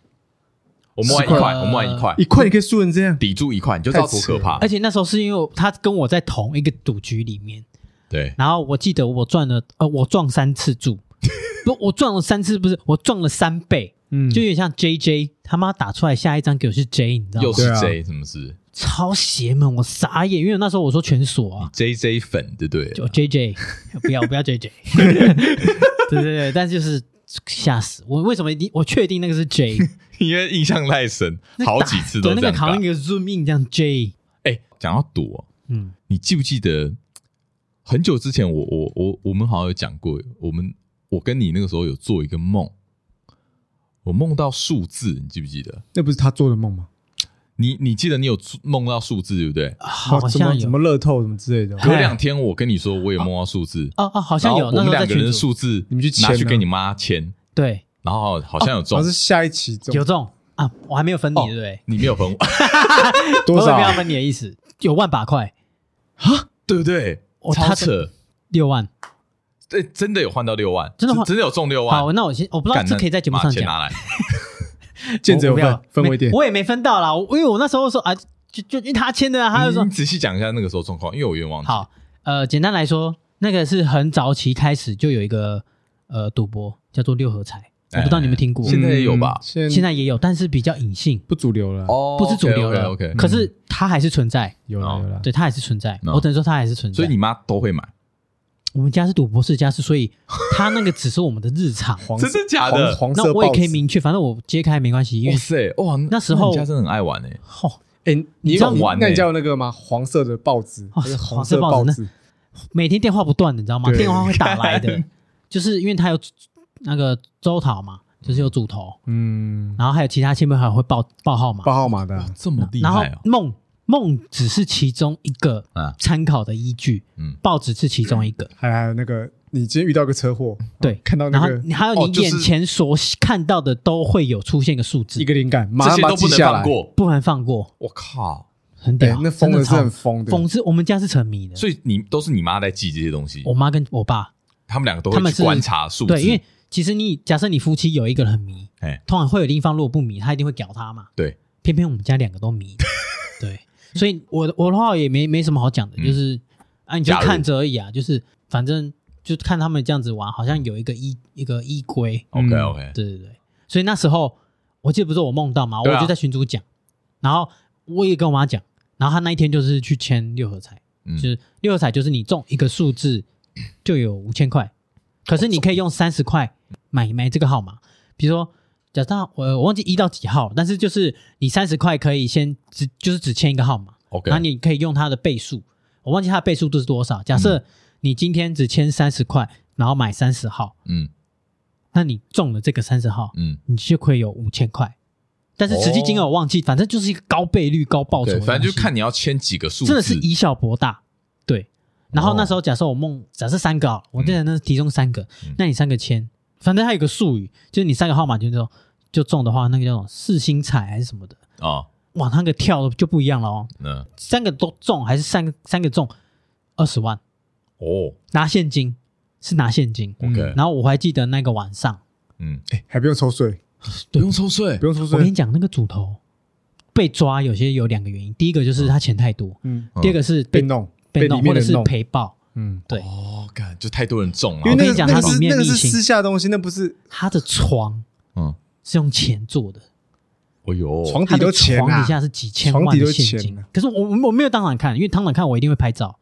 S3: 我们玩一
S1: 十
S3: 块，
S2: 块
S3: 我们玩一块
S1: 一，块哎你可以输成这样，
S3: 抵住一块，你就知道多可怕
S2: 而。且那时候是因为他跟我在同一个赌局里面，
S3: 对，
S1: 哎
S2: 然后我记得我赚了，呃，我撞三次 注，不，我撞了三次，不是我撞了三倍，
S1: 嗯，
S2: 就有点像 J J 他妈打出来下一张给我是 J，你知道
S3: 又
S2: 吗？
S3: 是
S1: 对啊
S3: J 什么事
S2: 超邪门，我傻眼，因为那时候我说全锁啊，
S3: ？J J 粉，对不对？啊
S2: 就 J J 不要不要 J J，对对对，但就是吓死我，为什么一定我确定那个是 J，
S3: 因为印象太深， 好几次
S2: 对
S3: 都这
S2: 那
S3: 样
S2: 个扛
S3: 打
S2: 一。个 zoom in 这样 J，
S3: 哎，讲到赌哦，
S2: 嗯，
S3: 你记不记得很久之前我，我我我们好像有讲过，我们我跟你那个时候有做一个梦，我梦到数字，你记不记得？
S1: 那不是他做的梦吗？
S3: 你你记得你有做梦到数字对不对？
S2: 好
S1: 什么
S2: 像
S1: 什
S2: 有
S1: 么乐透什么之类的，
S3: 隔两天我跟你说我也梦到数字，
S2: 哦哦，好像
S3: 然
S2: 有，
S3: 后
S2: 那
S3: 我
S2: 时候
S3: 们
S2: 在
S3: 两个
S2: 群
S3: 人的
S2: 组
S3: 数字，
S1: 你们去签啊
S3: 拿去给你妈签，
S2: 对
S3: 然后好像有
S1: 好
S3: 中
S2: 哦
S1: 像是，下一期中
S2: 有中啊，我还没有分你
S3: 哦
S2: 对不对？
S3: 你没有分 我，
S1: 多
S2: 我也
S1: 少
S2: 没有
S1: 啊？
S2: 要分你的意思，有万把块，
S3: 对不对
S2: 哦？
S3: 超
S2: 他
S3: 扯，
S2: 六万。
S3: 对，真的有换到六万，
S2: 真的换
S3: 真的有中六万。
S2: 好，那我先我不知道
S3: 干
S2: 这可以在节目
S3: 那
S2: 上
S3: 把钱啊
S2: 讲，
S3: 拿来，
S1: 见者有
S2: 我不要
S1: 份，分我一点
S2: 没。我也没分到啦，我因为我那时候说啊，就就因为他签的啊，他就
S1: 嗯
S2: 说
S3: 你仔细讲一下那个时候状况，因为我有点忘记。
S2: 好，呃，简单来说，那个是很早期开始就有一个呃赌博叫做六合彩，
S3: 哎
S2: 我不知道你们听过，
S3: 现在也有吧
S1: 嗯现
S2: 现在也有，但是比较隐性，
S1: 不主流了，
S3: 哦
S2: 不是主流了。
S3: OK，
S2: 可是它还是存在，
S1: 有
S3: 哦
S1: 了有了。
S2: 对，它还是存在。
S3: 嗯
S2: 我只能说它还是存在。
S3: 所以你妈都会买，
S2: 我们家是赌博世家，是所以他那个只是我们的日常。
S1: 黄
S3: 真的假的？
S1: 黄黄
S2: 那
S1: 色
S2: 我也
S1: 报
S2: 可以
S1: 纸
S2: 明确，反正我揭开没关系，因
S3: 哇
S2: 为
S3: 塞，哇，
S2: 那时候
S3: 你家真的很爱玩欸诶。
S2: 哦，
S1: 哎、你
S2: 知道
S1: 你
S3: 玩
S1: 那
S3: 欸
S1: 你叫那个吗？黄色的报纸，
S2: 哦
S1: 还是
S2: 黄色
S1: 色
S2: 报纸
S1: 纸，
S2: 每天电话不断的，你知道吗？
S1: 对
S2: 电话会打来 的，就是因为他有那个周讨嘛，就是有主头，
S1: 嗯，
S2: 然后还有其他亲朋好友会报报号码，
S1: 报号码的啊，
S3: 这么厉
S2: 然后
S3: 害啊！
S2: 梦梦只是其中一个
S3: 啊
S2: 参考的依据，
S3: 嗯
S2: 报纸是其中一个，
S1: 还还有那个，你今天遇到个车祸，
S2: 对
S1: 啊看到
S2: 然
S1: 那
S2: 后
S1: 个
S2: 你还有
S3: 哦
S2: 你
S3: 就是
S2: 眼前所看到的都会有出现一个数字，
S1: 一个灵感，马
S3: 这
S1: 上
S3: 些
S1: 把它
S3: 都
S1: 记
S3: 不能
S1: 下
S3: 放
S1: 来。
S3: 过，
S2: 不能放过，
S3: 我靠！
S2: 啊很
S1: 对
S2: 屌，，
S1: 那疯的是
S2: 超
S1: 很疯的，
S2: 疯是，我们家是沉迷的，
S3: 所以你都是你妈在记这些东西
S2: 我，妈跟我爸
S3: 他们两个都
S2: 哦他们
S3: 会
S2: 是
S3: 去观察数字。
S2: 对，因为其实你假设你夫妻有一个人很迷，
S3: 哎，
S2: 通常会有另一方如果不迷，他一定会屌他嘛。
S3: 对，
S2: 偏偏我们家两个都 迷，对，所以我我的话也没没什么好讲的，
S3: 嗯
S2: 就是啊，你就
S3: 假如
S2: 看着而已啊，就是反正就看他们这样子玩，好像有一个依一个依规，
S1: 嗯
S3: OK OK，
S2: 对对对，所以那时候我记得不是我梦到嘛，
S3: 对啊
S2: 我就在群主讲，然后我也跟我妈讲，然后她那一天就是去签六合彩，
S3: 嗯
S2: 就是六合彩就是你中一个数字就有五千块，可是你可以用三十块买买这个号码，比如说。假设我我忘记一到几号了，但是就是你三十块可以先只就是只签一个号码，
S3: OK，
S2: 然后你可以用它的倍数，我忘记它的倍数度是多少。假设你今天只签三十块，然后买三十号，
S3: 嗯
S2: 那你中了这个三十号，
S3: 嗯，
S2: 你就可以有五千块。但是实际金额我忘记，反正就是一个高倍率、高报酬的哦
S3: 对，
S2: 东西，
S3: 反正就看你要签几个数字，
S2: 真的是以小博大。对，然后
S3: 哦
S2: 那时候假设我梦，假设三个好了，我记得那是其中三个，
S3: 嗯
S2: 那你三个签，反正它有个术语，就是你三个号码就中就中的话，那个叫什么四星彩还是什么的，
S3: 啊，
S2: 哇，那个跳的就不一样了哦。
S3: 嗯
S2: 三个都中还是三个三个中二十万，
S3: 哦
S2: 拿现金是拿现金。
S3: ，OK，
S2: 然后我还记得那个晚上，
S3: 嗯，
S1: 还不用抽税，
S3: 不用抽税
S1: 不，用抽
S2: 我跟你
S1: 税，
S2: 讲，那个主头被抓有些有两个原因，第一个就是他钱太多，
S1: 嗯，
S3: 嗯
S2: 第二个是
S1: 被
S2: 被
S1: 弄，
S2: 被
S1: 里
S2: 弄
S1: 面
S2: 或者
S1: 的
S2: 是
S1: 弄，
S2: 赔报。
S1: 嗯，
S2: 对，
S3: 哦，干，就太多人中
S1: 因为
S3: 了，
S2: 跟
S1: 那
S2: 你讲
S1: 个那
S2: 它
S1: 个
S2: 里
S1: 是
S2: 面
S1: 那个
S2: 例
S1: 是
S2: 行
S1: 私下的东西，那不是
S2: 他的床
S3: 嗯，
S2: 是用钱做的，
S3: 哦呦，
S1: 床
S2: 他
S1: 底
S2: 的
S1: 都钱
S2: 床
S1: 啊
S2: 底，下是几千
S1: 床
S2: 万
S1: 底
S2: 的
S1: 都
S2: 现
S1: 钱
S2: 金
S1: 啊。
S2: 可是我我没有当场看，因为当场看我一定会拍照。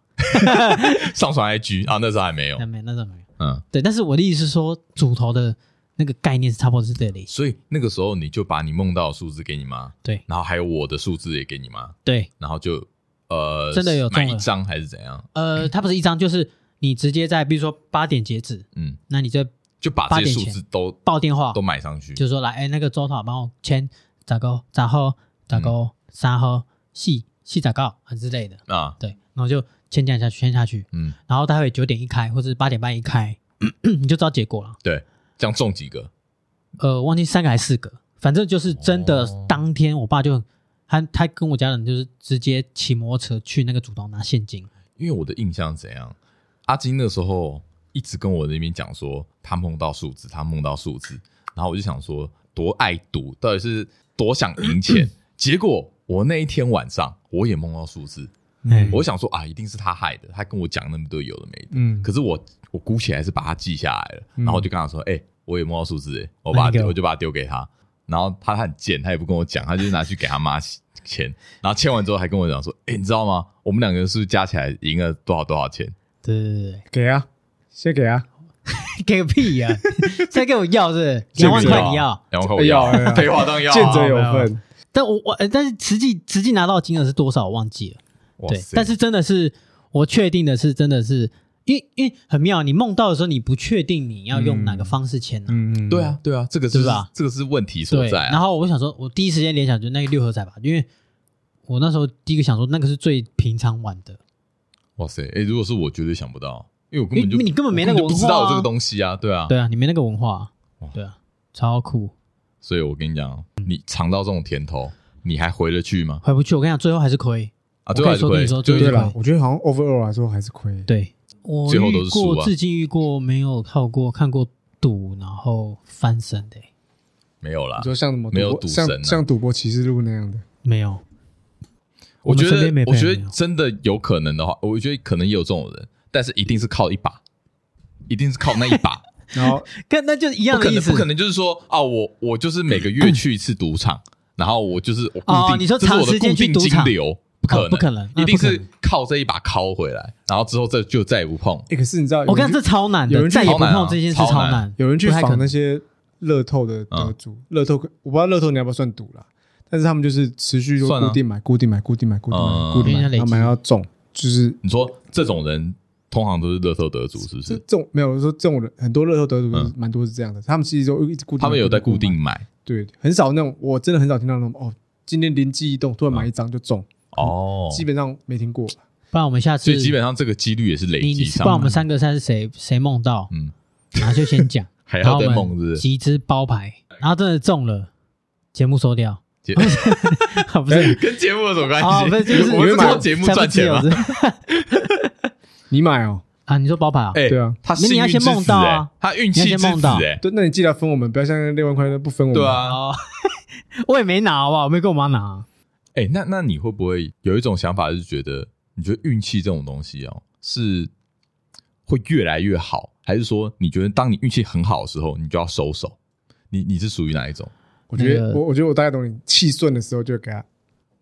S3: 上传 IG 啊，那时候还没有
S2: 那，没那倒没有。
S3: 嗯，
S2: 对，但是我的意思是说，主头的那个概念是差不多是这里。
S3: 所以那个时候你就把你梦到的数字给你妈，
S2: 对
S3: 然后还有我的数字也给你妈，
S2: 对，
S3: 然后就呃，
S2: 真的有中
S3: 买
S2: 了
S3: 一张还是怎样？
S2: 呃，它不是一张，就是你直接在比如说八点截止，
S3: 嗯，
S2: 那你就
S3: 就把
S2: 八
S3: 这些
S2: 点
S3: 数
S2: 前
S3: 字都
S2: 报电话
S3: 都，买上去，
S2: 就说来，哎，那个周团帮我签咋个咋号咋个啥号系系咋个啊之类的，
S3: 啊，
S2: 对，然后就签这样下去，签下去，
S3: 嗯，
S2: 然后待会九点一开或者八点半一开， 你就知道结果了。
S3: 对，这样中几个？
S2: 呃，忘记三个还是四个，反正就是真的
S3: 哦
S2: 当天，我爸就他他跟我家人就是直接骑摩托车去那个主头拿现金，
S3: 因为我的印象怎样，阿金那时候一直跟我那边讲说他梦到数字，他梦到数字，然后我就想说多爱赌，到底是多想 赢钱。结果我那一天晚上我也梦到数字，
S2: 哎
S1: 嗯
S3: 我想说啊，一定是他害的，他跟我讲那么多有的没的。
S1: 嗯，
S3: 可是我我姑且还是把它记下来了，
S1: 嗯
S3: 然后我就跟他说，哎、我也摸到数字、欸，我
S2: 那
S3: 把
S2: 你给
S3: 它
S2: 我
S3: 我就把它丢给他，然后他很贱，他也不跟我讲，他就拿去给他妈钱，然后签完之后还跟我讲说，哎、你知道吗？我们两个是不是加起来赢了多少多少钱？
S2: 对对对对
S1: 给啊，先给啊，
S2: 对，给个屁 呀、再给我要是不是
S1: 这
S2: 两
S1: 个
S2: 万
S1: 是
S2: 块你要。
S3: 两万块我要
S1: 要要，
S3: 废话当然要、啊，
S1: 见者有
S2: 没有
S1: 份，
S2: 但我我呃，但是实际实际拿到的金额是多少我忘记了，
S3: 哇
S2: 对，
S3: 塞
S2: 但是真的是我确定的是真的是，因为因为很妙，你梦到的时候你不确定你要用哪个方式签呢、
S1: 嗯，
S3: 对啊，对啊，这个就是
S2: 对吧
S3: 这个是问题所
S2: 对，
S3: 在、啊。
S2: 然后我想说，我第一时间联想就是那个六合彩吧，因为我那时候第一个想说那个是最平常玩的，
S3: 哇塞，哎、如果是我绝对想不到，啊因为我根本就
S2: 因为你根本没那个
S3: 我根本就不知
S2: 文化啊
S3: 道有这个东西啊，对啊，
S2: 对啊，你没那个文化
S3: 哇
S2: 啊，对啊，超酷，
S3: 所以我跟你讲，你尝到这种甜头，你还回得去吗？
S2: 回不去，我跟你讲，最后还是亏，
S3: 啊，
S2: 我可
S3: 最
S2: 以
S3: 后还是
S2: 说
S3: 亏
S2: 跟你说
S3: 就
S2: 对
S1: 对
S3: 是
S1: 啦
S2: 对，
S1: 我觉得好像 overall 来说还是亏，
S2: 对我
S3: 最后都
S2: 遇
S3: 是输啊
S2: 过至今遇过没有靠过看过赌然后翻身的、
S3: 没有啦
S1: 你。说像什么
S3: 啊没有
S1: 博
S3: 赌神啊
S1: 像像赌博启示录那样的，
S2: 没有，我
S3: 我觉
S2: 们身
S3: 得
S2: 边没，
S3: 我
S2: 朋
S3: 觉
S2: 友
S3: 得真的有可能的话，我觉得可能也有这种人，但是一定是靠一把，一定是靠那一 把，
S1: 然 后
S2: 跟那就是一
S3: 不
S2: 样
S3: 可
S2: 的意
S3: 能，
S2: 思，
S3: 不可能就是说啊，我我就是每个月去一次赌场，然后我就是我固定，
S2: 哦你说
S3: 这是我
S2: 长
S3: 的
S2: 时
S3: 固
S2: 间去
S3: 定
S2: 赌
S3: 金
S2: 场
S3: 流，不可能，
S2: 哦不可能那
S3: 一定
S2: 不可
S3: 是
S2: 能
S3: 靠这一把敲回来，然后之后这就再也不碰。
S1: 哎，可是你知道，
S2: 我跟你讲，这超难
S1: 有
S2: 的，
S1: 人去
S2: 再也不
S3: 超难啊
S2: 碰这件事
S3: 超
S2: 超
S3: 难
S2: 难。
S1: 有人去
S2: 不太可
S1: 仿那
S2: 能
S1: 些乐透的
S3: 嗯
S1: 得主，乐透我不知道乐透你要不要算赌啦，但是他们就是持续就
S3: 算啊
S1: 固定买、固定买、固定买、固定
S3: 嗯
S1: 买、固定
S2: 因为
S1: 买，
S2: 它累积
S1: 然后买到中，就是
S3: 你说这种人通常都是乐透得主，是不
S1: 这
S3: 是？
S1: 这种没有我说这种人很多乐透得主
S3: 嗯
S1: 蛮多是这样的，他们其实都一直固定买，
S3: 他们有在固定
S1: 买，
S3: 买
S1: 对，很少那种我真的很少听到那种哦，今天灵机一动突然买一张就中，
S3: 嗯哦，
S1: 基本上没听过，
S2: 不然我们下次
S3: 所以基本上这个几率也是累
S2: 你
S3: 积
S2: 你，
S3: 上
S2: 不
S3: 来。
S2: 然我们三个猜是谁谁梦到，
S3: 嗯，
S2: 然后就先讲，
S3: 还
S2: 然后
S3: 要
S2: 我
S3: 再
S2: 们
S3: 梦，是不是？
S2: 集资包牌，然后真的中了，节目收掉，
S3: 节
S2: 不是
S3: 跟节目有什么关
S2: 哦，不是就是
S3: 哎我们是
S1: 买
S3: 靠节目赚钱吗
S2: 才不？自由是
S1: 你买哦，
S2: 啊，你说包牌啊？
S3: 哎
S1: 对啊
S3: 他
S2: 那
S3: 幸
S2: 你要
S3: 运之
S2: 先
S3: 子
S2: 梦到啊
S3: 哎他运气
S2: 你
S3: 之
S2: 要
S3: 子
S2: 先梦到
S3: 哎，
S1: 对，那你记得分我们，不要像六万块不分我们，
S3: 对，啊，
S2: 哦，我也没拿好不好？我没跟我妈拿，
S3: 哎，那那你会不会有一种想法，就是觉得你觉得运气这种东西哦，是会越来越好，还是说你觉得当你运气很好的时候，你就要收手？你你是属于哪一种？
S1: 我觉
S2: 那
S1: 得
S2: 个
S1: 我我觉得我大概懂你，气顺的时候就给他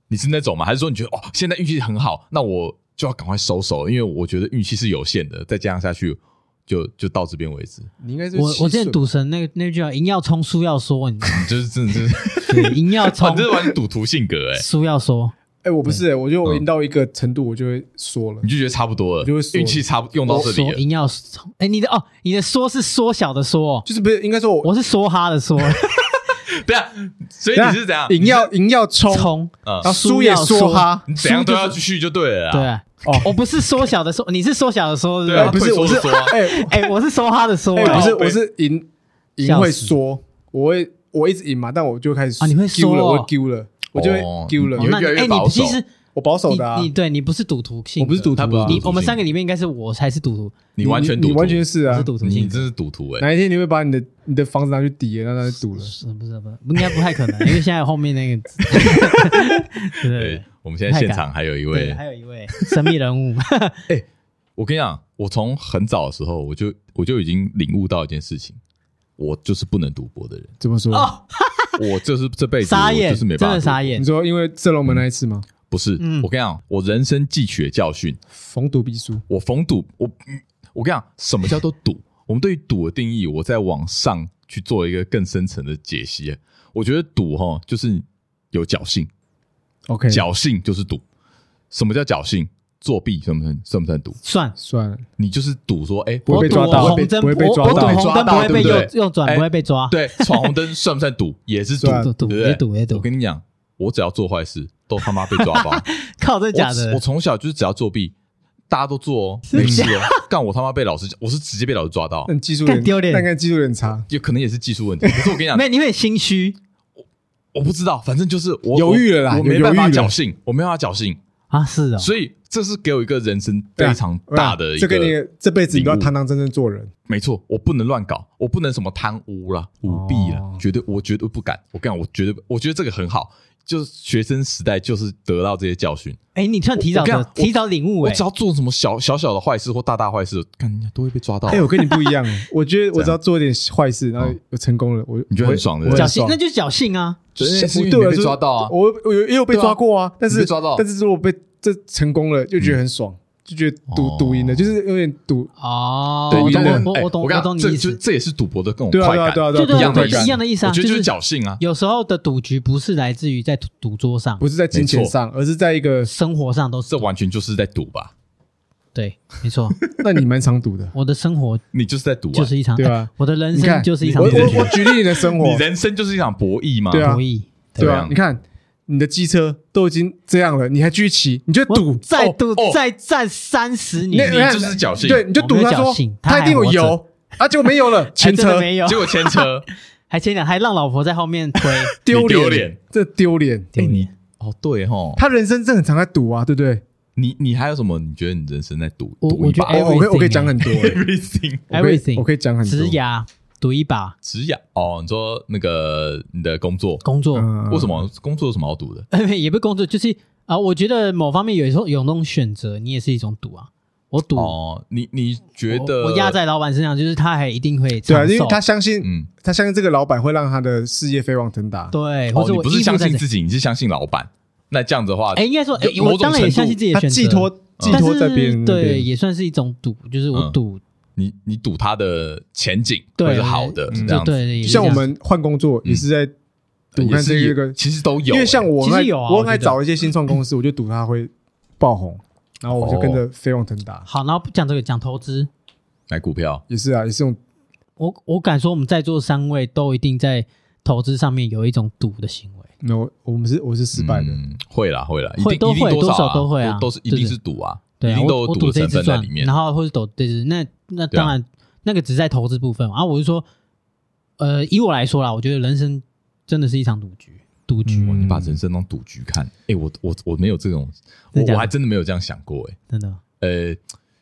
S3: 你是那种吗？还是说你觉得哦，现在运气很好，那我就要赶快收手，因为我觉得运气是有限的，再这样下去就就到这边为止，
S1: 你应该是
S2: 我我之
S1: 这
S2: 前赌神那那句叫“赢要冲，输要说”，你知道吗
S3: 就是真 的是，
S2: 对，赢要
S3: 哇
S2: 冲
S3: 你，这是玩赌徒性格哎、
S2: 输 要说。
S1: 哎、我不是、我觉得
S3: 嗯
S1: 我赢到一个程度，我就会缩了
S3: 你。就觉得差不多了，
S1: 就会说
S3: 运气差不用到这里啊
S2: 说
S3: 了，
S2: 赢要冲，哎，你的哦，你的说是缩小的缩哦，
S1: 就是不是应该说我，
S2: 我是梭哈的梭，
S3: 对啊，所以你是怎样？
S1: 赢要赢要冲，
S2: 冲，
S3: 嗯
S1: 然后输也
S2: 输要缩
S1: 说 哈，
S3: 你怎样
S2: 输
S3: 都
S2: 就是
S3: 要继续就对了啦，
S2: 对啊，
S1: 哦
S2: 我不是缩小的缩，你是缩小的缩，
S3: 对
S2: 吧
S3: 啊，
S1: 哎不是
S3: 会说
S1: 我是
S3: 就 说啊
S1: 哎、
S2: 哎，我是梭哈的
S3: 哦
S2: 梭，
S1: 哎、
S2: 哎
S1: 不是，
S3: 靠背
S1: 我是赢赢
S2: 笑
S1: 会
S2: 死
S1: 缩，我会我一直赢嘛，但我就开始
S2: 啊你会
S1: 丢
S2: 缩
S1: 了，
S2: 哦
S1: 我会丢了，我就
S3: 哦
S1: 会丢了
S2: 哦
S3: 你，会
S2: 那你
S3: 越来越
S2: 哎，
S3: 保
S2: 你
S3: 守
S2: 其实
S1: 我保守的啊
S2: 你，你对你不是赌徒性
S1: 我
S2: 格，
S1: 不是赌徒
S3: 他不是
S1: 啊，
S3: 赌
S2: 你
S3: 徒
S2: 我们
S3: 性
S2: 三个里面应该是我才是赌徒，
S3: 你完全
S1: 你
S3: 赌徒，
S1: 你完全是
S2: 我
S1: 啊
S2: 是，赌徒
S3: 你
S2: 性格，
S3: 真是赌徒哎、
S1: 哪一天你会把你的你的房子拿去抵押，让他去赌
S3: 哦
S1: 了？
S2: 是不是不是应该不太可能，因为现在后面那 个，对
S3: 对
S2: 对，
S3: 我们现在
S2: 太
S3: 现
S2: 敢
S3: 场还有一
S2: 哎对，
S3: 位，
S2: 还有一位 神秘人物，
S3: 我跟你讲，我从很早的时候我就我就已经领悟到一件事情，我就是不能赌博的人，
S1: 怎么说？
S2: 哦
S3: 我就是这辈子
S2: 傻
S3: 我
S2: 眼，
S3: 就是没
S2: 真的
S3: 办法
S2: 傻
S3: 赌
S1: 你
S2: 眼，
S1: 说因为射龙门那一次吗？
S3: 博，不是，
S2: 嗯
S3: 我跟你讲，我人生汲取的教训，
S1: 逢赌必输，
S3: 我逢赌，我嗯我跟你讲，什么叫做赌？ 我们对于赌的定义，我在往上去做一个更深层的解析。我觉得赌哈，就是有侥幸，
S1: OK，
S3: 侥幸就是赌。什么叫侥幸？作弊算不算算不算赌？
S2: 算。
S1: 算了，
S3: 你就是赌说，哎，
S1: 不
S3: 我
S1: 会被
S2: 赌
S1: 抓到
S2: 红灯
S1: 不会被
S2: 我
S1: 抓
S2: 我
S1: 到
S2: 赌
S3: 被
S2: 红
S3: 抓
S2: 灯
S3: 到
S2: 不会被
S3: 对不
S2: 右
S3: 对
S2: 右转，
S3: 哎
S2: 不会被抓。
S3: 对闯红灯算不算赌？ 也是赌，
S1: 算
S2: 赌赌
S3: 对不对
S2: 也赌也
S3: 我
S2: 赌，
S3: 跟你讲，我只要做坏事，都他妈被抓包。
S2: 靠， 真的假
S3: 我
S2: 的
S3: 我？从小就是只要作弊，大家都做哦，
S2: 是
S3: 没事哦。干我他妈被老师，我是直接被老师抓到
S1: 那，你技术
S2: 干
S1: 有点
S2: 丢脸
S1: 但看技术有点差，
S3: 也可能也是技术问题。可是我跟你 讲
S2: 没，有，你会心虚
S3: 我不知道，反正就是我
S1: 犹豫了啦
S3: 我我没
S1: 有犹
S3: 办
S1: 豫
S3: 法
S1: 了
S3: 侥幸，我没办法侥幸，
S2: 啊？是哦，
S3: 所以这是给我一个人生非常大的一
S1: 啊这
S3: 个，
S1: 跟你这辈子你都要堂堂正正做人，
S3: 没错，我不能乱搞，我不能什么贪污啦、舞弊啦，
S1: 哦
S3: 绝对我绝对不敢。我跟你讲，我绝对，我觉得这个很好，就是学生时代就是得到这些教训，
S2: 哎，你算提早
S3: 我跟你
S2: 的
S3: 讲我
S2: 提早领悟
S3: 我
S2: 哎
S3: 只，要做什么小小小的坏事或大大坏事，看人家都会被抓到。啊
S1: 哎、我跟你不一样，我觉得我只要做一点坏事，然后有成功了，我
S3: 哦你觉得很爽
S1: 我
S3: 对不
S1: 我
S3: 对
S2: 侥
S1: 很
S2: 幸
S1: 爽
S2: 那就是侥幸啊。
S3: 就是是因为
S1: 对
S3: 你
S1: 我来
S3: 被
S1: 说
S3: 抓到啊，
S1: 我我有也有被抓过啊，但
S3: 你被
S1: 是
S3: 抓到
S1: 但是如果被这成功了，就觉得很爽，就觉得
S3: 哦
S1: 赌赌赢了，就是有点赌，
S2: 哦，
S3: 对，
S2: 我
S3: 有
S2: 懂
S3: 点
S2: 我
S3: 哎
S2: 我懂
S3: 我跟
S2: 我
S3: 你
S2: 懂
S3: 讲
S2: 你
S3: 这
S2: 意
S3: 就
S2: 思。
S3: 这也是赌博的各种
S1: 对啊
S3: 快
S1: 对啊
S3: 感，
S1: 对啊
S2: 对
S1: 对啊，
S2: 对
S3: 一样的
S2: 对，
S3: 意思
S2: 一样的意思啊，
S3: 我觉得就是是侥幸啊，
S2: 有时候的赌局不是来自于在赌赌桌上
S1: 不，是在金钱上，而是在一 个，
S2: 生活上都是
S3: 这完全就是在赌吧？
S2: 对，没错。，
S1: 那你蛮常赌的
S2: 我的生活
S3: 你就是在赌啊，
S2: 就是一场，
S1: 对啊
S2: 哎我的人
S1: 你
S2: 生
S1: 看
S2: 就是一
S1: 你
S2: 场
S1: 我
S2: 博
S1: 我我
S2: 弈，
S1: 举例你的生活
S3: 你，人生就是一场博弈嘛。
S1: 对啊
S2: 博弈。
S1: 对
S3: 对
S1: 啊
S3: 啊，
S1: 你看你的机车都已经这样了，你还继续骑，你就
S2: 我
S1: 赌
S2: 再
S1: 哦
S2: 赌
S3: 哦
S2: 再战三十
S1: 那
S2: 年，
S3: 你就是侥幸
S1: 对，你就
S2: 我
S1: 赌
S2: 没有
S1: 他说
S2: 侥幸他
S1: 他一定有
S2: 还活着
S1: 油啊，结果没油 了，
S2: 还
S1: 前
S2: 真的
S1: 车
S2: 没有
S3: 结，果牵车，
S2: 还前两还让老婆在后面 推，
S1: 丢
S3: 你
S1: 脸
S3: 丢脸，
S1: 这丢脸，
S2: 对
S3: 你哦对哦，
S1: 他人生真的很常在赌啊，对不对？
S3: 你你还有什么？你觉得你人生在赌
S2: 我
S3: 赌一把
S2: 我觉得 哎
S1: 哦我可以我可以
S2: Everything 啊
S1: 讲很多、欸
S3: everything
S1: 我可以
S2: Everything
S1: 我可以讲很多。
S2: 职涯赌一把，
S3: 职业哦？你说那个你的工作，
S2: 工作、 哎
S1: 嗯
S3: 为什？么工作有什么好赌的？
S2: 也不是工作，就是啊、我觉得某方面有时候有那种选择，你也是一种赌啊。我赌，
S3: 哦，你你觉
S2: 我
S3: 得
S2: 我压在老板身上，就是他还一定会
S1: 对
S2: 长
S1: 啊，
S2: 寿，
S1: 因为他相信，
S3: 嗯，
S1: 他相信这个老板会让他的事业飞黄腾达。
S2: 对，哎或
S3: 哦，
S2: 者
S3: 你
S2: 我
S3: 不是
S2: 依附
S3: 相
S2: 在
S3: 信
S2: 这
S3: 自己，你是相信老板。那这样子的话，
S2: 哎，应该说，哎
S3: 有，某
S2: 我
S3: 种
S2: 当然也
S3: 程度
S2: 相信自己的
S1: 他
S2: 选择，
S1: 寄托寄
S2: 但
S1: 托
S2: 是
S1: 在别人那
S2: 对，
S1: 边，
S2: 也算是一种赌，就是我
S3: 嗯
S2: 赌，
S3: 你你赌他的前景
S2: 对
S3: 会是好的，
S1: 嗯
S3: 这样子
S2: 对对，也是
S1: 像
S2: 这
S1: 我
S2: 样
S1: 们换工作也是在
S3: 呃
S1: 赌
S3: 也
S1: 看这
S3: 是
S1: 一个，
S3: 其实都有，欸
S1: 因为像我很爱
S2: 其实有啊
S1: 我
S2: 我
S1: 很爱
S2: 觉得
S1: 找一些新创公司，我就赌他会爆红，然后我
S3: 哦
S1: 就跟着飞黄腾达。
S2: 好，然后不讲这个，讲投资。
S3: 买股票，
S1: 也是啊，也是用
S2: 我我敢说，我们在座三位都一定在投资上面有一种赌的行为。
S1: 那我我们是我是失败的，
S3: 嗯会啦会啦，一
S2: 会
S3: 定
S2: 都
S3: 一定
S2: 会
S3: 多
S2: 多
S3: 少
S2: 少都会啊
S3: 都是一
S2: 对
S3: 定
S2: 对
S3: 是赌啊，
S2: 对
S3: 一
S2: 啊，
S3: 定都
S2: 我
S3: 有
S2: 我
S3: 赌的
S2: 这一
S3: 成
S2: 支
S3: 分在
S2: 赚
S3: 里，面
S2: 然。后或者赌这支，那那
S3: 对啊
S2: 当然、那个只是在投资部分嘛啊。我是说，呃，以我来说啦，我觉得人生真的是一场赌局，赌局、
S1: 嗯
S3: 你把人生当赌局看，哎，我我我没有这种，我
S2: 真的假的
S3: 我还真的没有这样想过，哎，
S2: 真的。
S3: 呃，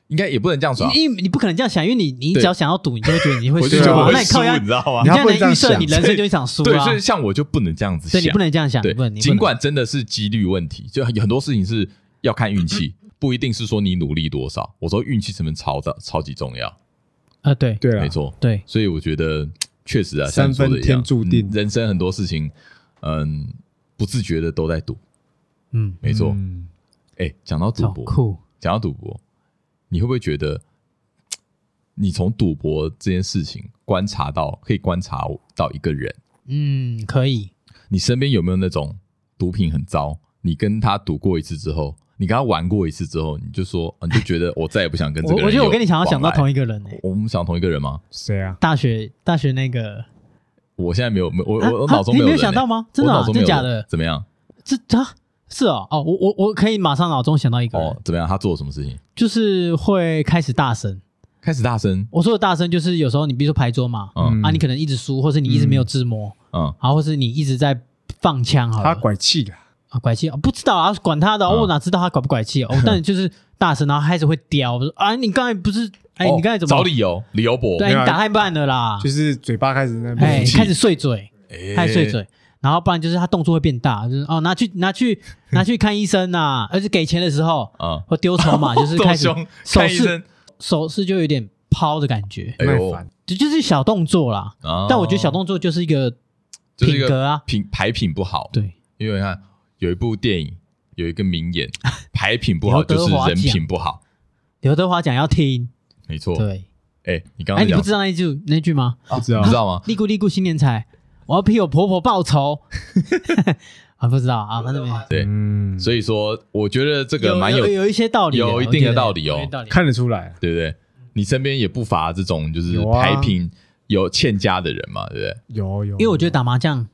S3: 应该也不能这样说啊，
S2: 因因为你不可能这样想，因为你你
S3: 对
S2: 只要想要赌，你就会觉得你会
S3: 我
S2: 输
S3: 就觉得
S2: 啊
S3: 我。
S2: 那
S3: 会
S2: 你
S3: 输
S2: 靠，呀，
S3: 你知道吗
S1: 你
S2: 你？啊
S1: 要
S2: 这
S1: 不能这
S2: 样
S1: 样
S2: 预设
S1: 想
S2: 你人生就一场输
S3: 对，
S2: 啊
S3: 所。以像我就不能这样子
S2: 所以你
S3: 想
S2: 不，能这样想，你
S3: 对
S2: 不能。，你不能
S3: 尽管真的是几率问题，就很很多事情是要看 运气，不一定是说你努力多少，我说运气成分超的超级重要，
S2: 呃，对
S1: 对啊
S3: 没，错，
S2: 对，
S3: 所以我觉得确实啊，
S1: 三
S3: 像你说的
S1: 分
S3: 一样
S1: 天注定
S3: 嗯人生很多事情，嗯，不自觉的都在赌，
S2: 嗯，
S3: 没错。
S1: 嗯
S3: 哎、讲到赌
S2: 好
S3: 博，
S2: 酷。
S3: 讲到赌博，你会不会觉得，嘖你从赌博这件事情观察到，可以观察到一个人，
S2: 嗯，可以，
S3: 你身边有没有那种毒品很糟，你跟他赌过一次之后，你跟他玩过一次之后，你就说，啊你 就觉得我再也不想跟这
S2: 我
S3: 个人有
S2: 我
S3: 往来。
S2: 觉得我跟你想要想到同一个人呢、
S3: 我，我们想同一个人吗？
S1: 谁啊？
S2: 大学大学那个，
S3: 我现在没有，没有我
S2: 啊
S3: 我我
S2: 啊
S3: 脑中
S2: 你
S3: 没有
S2: 没
S3: 人
S2: 有
S3: 欸
S2: 想到吗？真的、
S3: 我
S2: 啊
S3: 脑，中没
S2: 真
S3: 有
S2: 假
S3: 人
S2: 的？
S3: 怎么样？
S2: 这啊，是哦，哦，我我我可以马上脑中想到一个人，
S3: 哦，怎么样？他做了什么事情？
S2: 就是会开始大声。
S3: 开始大声，
S2: 我说的大声就是有时候你比如说牌桌嘛，
S3: 嗯
S2: 啊，你可能一直输，或是你一直没有自摸，
S3: 嗯，
S2: 啊，或是你一直在放枪好了，
S1: 他拐气啦，
S2: 啊拐气、哦，不知道啊，管他的，
S3: 嗯
S2: 我哪知道他拐不拐气哦？ 但你就是大声，然后开始会叼，我说啊，你刚才不是，哎，
S3: 哦
S2: 你刚才怎么
S3: 找理由？理由博，
S2: 对，
S1: 没有
S2: 你
S1: 啊
S2: 打太慢了啦，
S1: 就是嘴巴开始在那
S2: 哎
S1: 边，
S3: 气
S2: 开始碎嘴，
S3: 哎
S2: 开始碎嘴，然后不然就是他动作会变大，就是哦，拿去拿去拿去看医生呐、而且给钱的时候
S3: 啊，
S2: 或丢筹码， 就是
S3: 这
S2: 开
S3: 么
S2: 始
S3: 凶，
S2: 手
S3: 看医
S2: 势
S3: 生，
S2: 手势就有点抛的感觉，
S3: 哎
S1: 耐
S3: 呦，
S1: 烦。
S2: 就就是小动作啦。
S3: 啊
S2: 但我觉得小动作就是一个
S3: 就是一
S2: 品格
S3: 个
S2: 啊，
S3: 品牌品不好，
S2: 对，
S3: 因为你看有一部电影有一个名 言，牌品不好
S2: 刘德
S3: 就是
S2: 华
S3: 人
S2: 奖
S3: 品不好，
S2: 刘德华讲要听，
S3: 没错。
S2: 对，
S3: 哎，你刚
S2: 哎，
S3: 刚
S2: 你
S3: 讲
S2: 不知道那一句那句吗？
S1: 不知道
S3: 你知道吗？
S2: 利姑利姑新年财，我要替我婆婆报仇。 啊，不知道啊，反正没
S3: 对
S1: 嗯，
S3: 所以说，我觉得这个
S2: 有
S3: 蛮
S2: 有有一些道理的，
S3: 有一
S2: 我
S3: 定
S2: 觉
S3: 的
S2: 得
S3: 道理哦
S2: 有一定道理
S1: 看得出来，
S3: 对不对？你身边也不乏这种就是
S1: 有啊
S3: 牌品有欠佳的人嘛，对不对？
S1: 有有。
S2: 因为我觉得打麻将